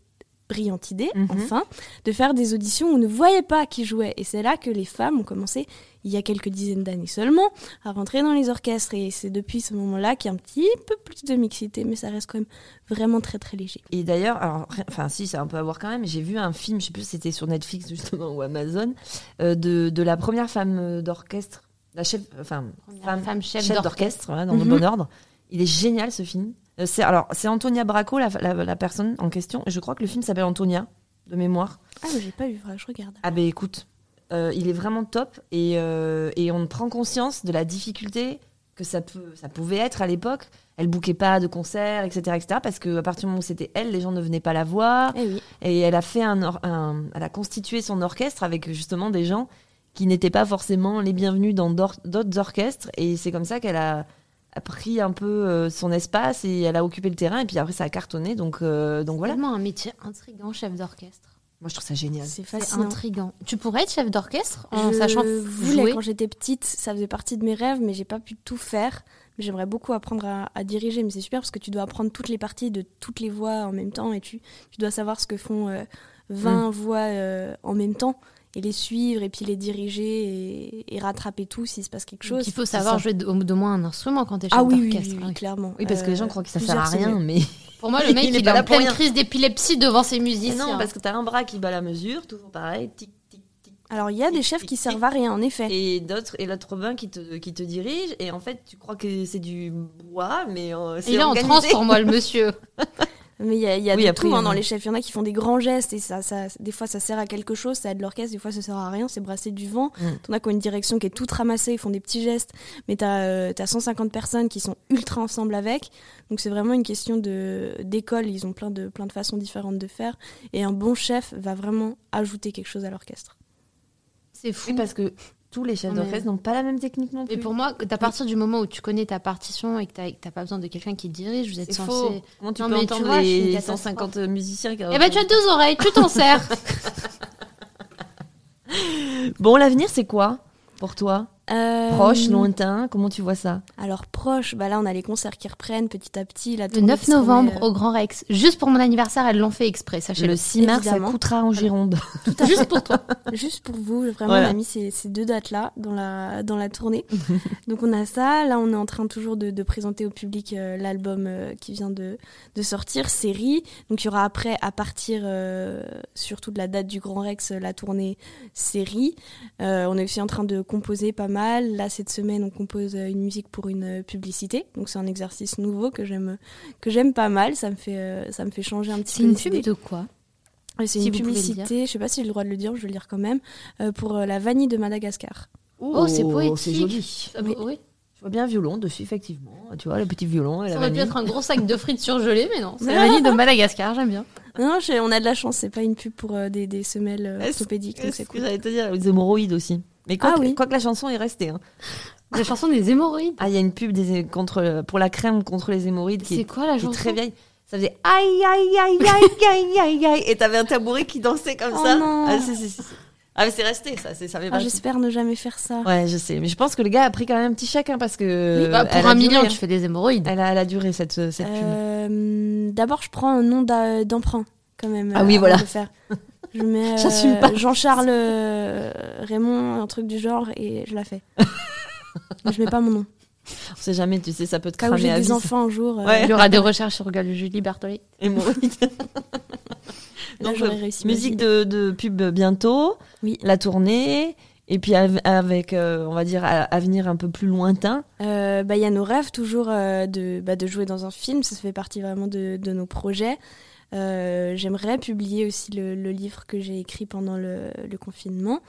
E: brillante idée
B: Mhm.
E: enfin de faire des auditions où on ne voyait pas qui jouait et c'est là que les femmes ont commencé il y a quelques dizaines d'années seulement à rentrer dans les orchestres et c'est depuis ce moment-là qu'il y a un petit peu plus de mixité mais ça reste quand même vraiment très très léger.
B: Et d'ailleurs, alors, rien- enfin si, ça a un peu à voir quand même, j'ai vu un film, je sais plus si c'était sur Netflix justement ou Amazon, euh, de, de la première femme euh, d'orchestre, la chef, enfin,
A: Femme, femme chef,
B: chef
A: d'orchestre.
B: d'orchestre, voilà, dans le
E: Mhm.
B: bon ordre. Il est génial ce film. Euh, C'est alors c'est Antonia Bracco la, la, la personne en question. Je crois que le film s'appelle Antonia de mémoire.
E: Ah mais j'ai pas vu, faudra que je regarde.
B: Ah ben écoute, euh, il est vraiment top et, euh, et on prend conscience de la difficulté que ça, peut, ça pouvait être à l'époque. Elle bouquait pas de concerts, etc., etc. Parce qu'à partir du moment où c'était elle, les gens ne venaient pas la voir.
E: Eh oui,
B: Et elle a fait un, or- un- elle a constitué son orchestre avec justement des gens qui n'étaient pas forcément les bienvenus dans d'or- d'autres orchestres. Et c'est comme ça qu'elle a, a pris un peu euh, son espace et elle a occupé le terrain. Et puis après, ça a cartonné. Donc, euh, donc voilà.
A: Vraiment un métier intrigant, chef d'orchestre.
B: Moi, je trouve ça génial.
E: C'est hein.
A: C'est
B: hein.
E: fascinant.
A: intriguant. Tu pourrais être chef d'orchestre en
E: je
A: sachant
E: voulais
A: jouer
E: quand j'étais petite, ça faisait partie de mes rêves, mais j'ai pas pu tout faire. Mais J'aimerais beaucoup apprendre à, à diriger, mais c'est super parce que tu dois apprendre toutes les parties de toutes les voix en même temps et tu, tu dois savoir ce que font euh, 20 voix euh, en même temps et les suivre et puis les diriger et, et rattraper tout s'il se passe quelque chose.
A: Il faut savoir jouer de, au de moins un instrument quand t'es chef
E: Ah oui, oui, oui,
A: d'orchestre.
E: oui,
A: hein.
E: clairement.
B: Oui, parce que les gens
E: Euh,
B: croient que ça sert à
E: plusieurs
B: rien,
E: semaines.
B: mais.
A: Pour moi, le mec,
B: Il
A: il,
B: est pas
A: est
B: là
A: en
B: pour
A: pleine
B: rien.
A: crise d'épilepsie devant ses musiciens.
B: non, parce que t'as un bras qui bat la mesure, toujours pareil, tic, tic, tic.
E: Alors il y a des chefs qui servent à rien en effet.
B: Et d'autres, et l'autre bain qui te, qui te dirige, et en fait, tu crois que c'est du bois, mais euh, c'est
A: Il est en
B: organisé.
A: transe pour moi, le monsieur.
E: Mais il y a, il y a
B: Oui,
E: de
B: après,
E: tout hein,
B: euh,
E: dans les chefs. Il y en a qui font des grands gestes et ça, ça, des fois ça sert à quelque chose, ça aide l'orchestre, des fois ça sert à rien, c'est brasser du vent.
B: Mm.
E: T'en as qui ont une direction qui est toute ramassée, ils font des petits gestes, mais t'as euh, t'as 150 personnes qui sont ultra ensemble avec. Donc c'est vraiment une question de d'école, ils ont plein de, plein de façons différentes de faire. Et un bon chef va vraiment ajouter quelque chose à l'orchestre.
A: C'est fou.
B: Oui, parce que tous les chefs
A: Mais-
B: d'orchestre n'ont pas la même technique non plus.
A: Et pour moi, à partir du moment où tu connais ta partition et que t'as- que t'as pas besoin de quelqu'un qui dirige, vous êtes
B: c'est
A: censé.
B: faux. Comment tu
A: Non,
B: peux
A: mais tu
B: entendre
A: vois, je suis une
B: les
A: catastrophe.
B: 150 musiciens qui-
A: Eh ben, tu as deux oreilles, tu t'en sers.
B: Bon, l'avenir, c'est quoi pour toi
E: Euh,
B: Proche, lointain, comment tu vois ça
E: Alors proche, bah là on a les concerts qui reprennent petit à petit. La
A: Le
E: tournée
A: 9
E: qui se remet,
A: novembre
E: euh,
A: au Grand Rex. Juste pour mon anniversaire, elles l'ont fait exprès,
B: Le
A: sachez-le.
B: 6 mars, ça
E: évidemment.
B: coûtera en Gironde.
A: Juste pour toi.
E: Juste pour vous, vraiment,
B: Voilà.
E: on a mis ces, ces deux dates-là dans la, dans la tournée. Donc on a ça. Là, on est en train toujours de, de présenter au public euh, l'album euh, qui vient de, de sortir, série. Donc il y aura après, à partir euh, surtout de la date du Grand Rex, euh, la tournée série. Euh, on est aussi en train de composer pas mal. Là, cette semaine, on compose euh, une musique pour une euh, publicité. Donc c'est un exercice nouveau que j'aime que j'aime pas mal. Ça me fait, euh, ça me fait changer un petit
A: C'est
E: peu
A: une
E: les
A: pub
E: idées.
A: de quoi
E: Ouais, C'est
A: Si
E: une
A: vous pouvez le dire.
E: publicité, je sais pas si j'ai le droit de le dire, je vais le dire quand même, euh, pour euh, la vanille de Madagascar.
A: Oh, c'est poétique.
B: C'est joli.
A: Ça peut- Ah, Oui.
B: Je vois bien un violon dessus, effectivement. Tu vois, le petit violon et
A: Ça
B: la
A: aurait pu
B: vanille.
A: être un gros sac de frites surgelées, mais non. C'est la vanille de Madagascar, j'aime bien.
B: Ah.
E: Non, je- on a de la chance, c'est pas une pub pour euh, des, des semelles euh,
B: Est-ce-
E: orthopédiques, donc
B: Qu'est-ce
E: c'est
B: que
E: cool.
B: j'allais te dire Les hémorroïdes aussi. Mais quoi,
E: Ah
B: que,
E: oui.
B: quoi que la chanson est restée. hein.
A: La chanson des hémorroïdes.
B: Ah, il y a une pub des, contre, le- pour la crème contre les hémorroïdes qui
A: C'est
B: est,
A: quoi la
B: qui est
A: chanson
B: très vieille. Ça faisait aïe, aïe, aïe, aïe, aïe, aïe, aïe. Et t'avais un tabouret qui dansait comme
E: Oh
B: ça.
E: non.
B: Ah, si, si, si, si. Ah, mais c'est resté, ça. c'est- Ça fait
E: Ah,
B: partie.
E: J'espère ne jamais faire ça.
B: Ouais, je sais. Mais je pense que le gars a pris quand même un petit chèque hein, parce que.
A: Bah,
B: elle
A: pour
B: a
A: un
B: duré,
A: million,
B: hein.
A: tu fais des hémorroïdes.
B: Elle a, elle a duré cette, cette pub.
E: Euh, D'abord, je prends un nom d'a- d'emprunt, quand même.
B: Ah
E: euh,
B: oui,
E: avant
B: voilà.
E: de le faire. Je mets euh,
B: J'assume pas.
E: Jean-Charles euh, Raymond, un truc du genre, et je la fais. Mais je mets pas mon nom.
B: On sait jamais, tu sais, ça peut te
E: Cas où
B: cramer
E: j'ai
B: à vie.
E: des
B: ça.
E: enfants un jour, euh,
B: Ouais.
A: Il y aura des recherches sur Google, Julie Berthollet.
B: Hémorroïdes.
E: là
B: Donc,
E: j'aurais
B: euh,
E: réussi. ma
B: Musique
E: vie.
B: de, de pub bientôt.
E: Oui.
B: La tournée. Et puis av- avec, euh, on va dire, à- avenir un peu plus lointain.
E: Euh, bah, Il y a nos rêves toujours euh, de, bah, de jouer dans un film, ça fait partie vraiment de, de nos projets. Euh, J'aimerais publier aussi le, le livre que j'ai écrit pendant le, le confinement.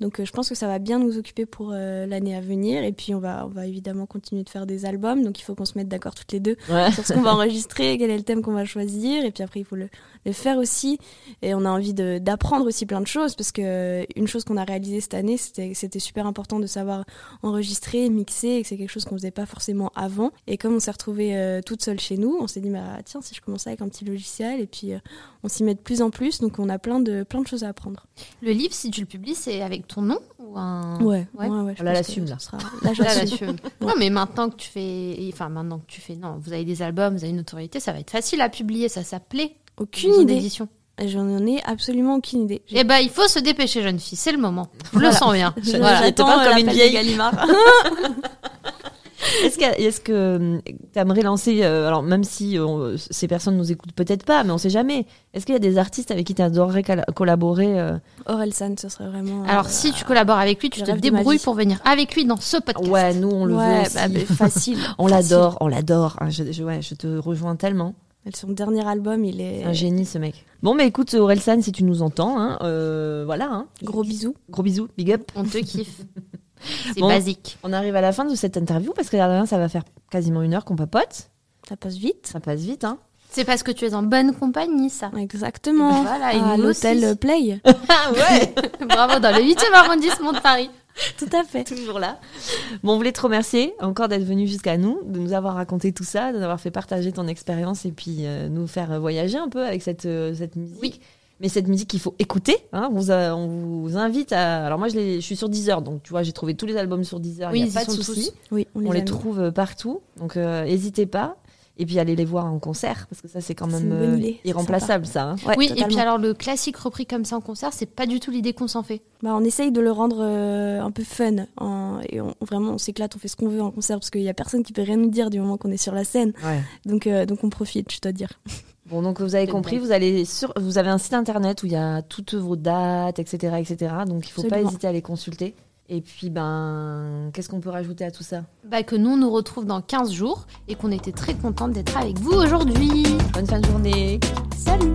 E: Donc euh, je pense que ça va bien nous occuper pour euh, l'année à venir. Et puis on va, on va évidemment continuer de faire des albums. Donc il faut qu'on se mette d'accord toutes les deux
B: Ouais.
E: sur ce qu'on va enregistrer, quel est le thème qu'on va choisir, et puis après il faut le, le faire aussi. Et on a envie de- d'apprendre aussi plein de choses parce que euh, une chose qu'on a réalisée cette année, c'était c'était super important de savoir enregistrer, mixer, et que c'est quelque chose qu'on faisait pas forcément avant. Et comme on s'est retrouvé toute seule chez nous, on s'est dit bah tiens si je commençais avec un petit logiciel, et puis euh, on s'y met de plus en plus, donc on a plein de plein de choses à apprendre.
A: Le livre, si tu le publies, c'est avec ton nom ou un.
E: Ouais,
A: Ouais.
E: je
B: Là,
E: pense
B: l'assume,
E: que
B: là.
E: ce sera- là, je
A: Là,
E: l'assume.
A: là-dessus. Non, mais maintenant que tu fais. Enfin, maintenant que tu fais. Non, vous avez des albums, vous avez une autorité, ça va être facile à publier, ça, ça plaît.
E: Aucune
A: maison
E: idée.
A: d'édition.
E: J'en ai absolument aucune idée. J'ai-
A: Eh ben, il faut se dépêcher, jeune fille, c'est le moment. Je
B: Voilà.
A: le sens bien.
E: Je-
B: Voilà.
E: j'attends,
B: T'es pas
E: euh,
B: comme une
E: l'appel de
B: vieille.
E: Gallimard.
B: Est-ce que, est-ce que tu aimerais lancer, euh, alors même si euh, ces personnes nous écoutent peut-être pas, mais on sait jamais, est-ce qu'il y a des artistes avec qui tu adorerais collaborer euh,
E: Orelsan, ce serait vraiment.
A: Alors,
E: euh,
A: si tu collabores avec lui, tu
E: le
A: te
E: rêve de ma
A: débrouilles
E: vie.
A: pour venir avec lui dans ce podcast.
B: Ouais, nous on le veut
E: ouais,
B: aussi.
E: bah, mais facile.
B: On
E: facile.
B: l'adore, on l'adore. hein, je, je- ouais, je te rejoins tellement.
E: euh, Son dernier album, il est.
B: C'est un génie ce mec. Bon, mais écoute, Orelsan, si tu nous entends, hein, euh, voilà, hein.
E: Gros bisous.
B: gros bisous, big up.
A: On te kiffe. C'est
B: Bon.
A: basique.
B: On arrive à la fin de cette interview parce que l'air de rien, ça va faire quasiment une heure qu'on papote.
E: Ça passe vite.
B: Ça passe vite, hein.
A: C'est parce que tu es en bonne compagnie, ça.
E: Exactement.
A: Voilà, et
E: à
A: nous
E: l'hôtel
A: aussi.
E: Play.
B: Ah ouais,
A: euh, Bravo, dans le 8e arrondissement de Paris.
E: Tout à fait.
B: toujours là. Bon, on voulait te remercier encore d'être venu jusqu'à nous, de nous avoir raconté tout ça, de nous avoir fait partager ton expérience et puis euh, nous faire voyager un peu avec cette, euh, cette musique.
A: Oui.
B: Mais cette musique qu'il faut écouter, hein, on, vous a- on vous invite à. Alors moi, je, l'ai- je suis sur Deezer, donc tu vois, j'ai trouvé tous les albums sur Deezer.
A: Oui,
B: il
A: ils
B: n'y
A: y
B: a pas de
A: sont
B: souci.
E: Oui, on les,
B: On les
E: aime.
B: trouve euh, partout, donc n'hésitez pas. Et puis allez les voir en concert, parce que ça, c'est quand
E: C'est
B: même
E: une bonne
B: euh,
E: idée, c'est
B: irremplaçable, ça. hein.
E: Ouais,
A: oui, et
E: totalement.
A: puis alors le classique repris comme ça en concert, c'est pas du tout l'idée qu'on s'en fait.
E: Bah, on essaye de le rendre euh, un peu fun. hein, et on, vraiment, on s'éclate, on fait ce qu'on veut en concert parce qu'il n'y a personne qui peut rien nous dire du moment qu'on est sur la scène. Donc, euh, donc on profite, je dois dire.
B: Bon, donc vous avez
A: Bonne
B: compris,
A: blague.
B: vous, allez sur, vous avez un site internet où il y a toutes vos dates, etc. etc. donc il ne faut
E: Absolument.
B: pas hésiter à les consulter. Et puis, ben, qu'est-ce qu'on peut rajouter à tout ça
A: Bah, que nous, on nous retrouve dans 15 jours et qu'on était très contente d'être avec vous aujourd'hui.
B: Bonne fin de journée
A: Salut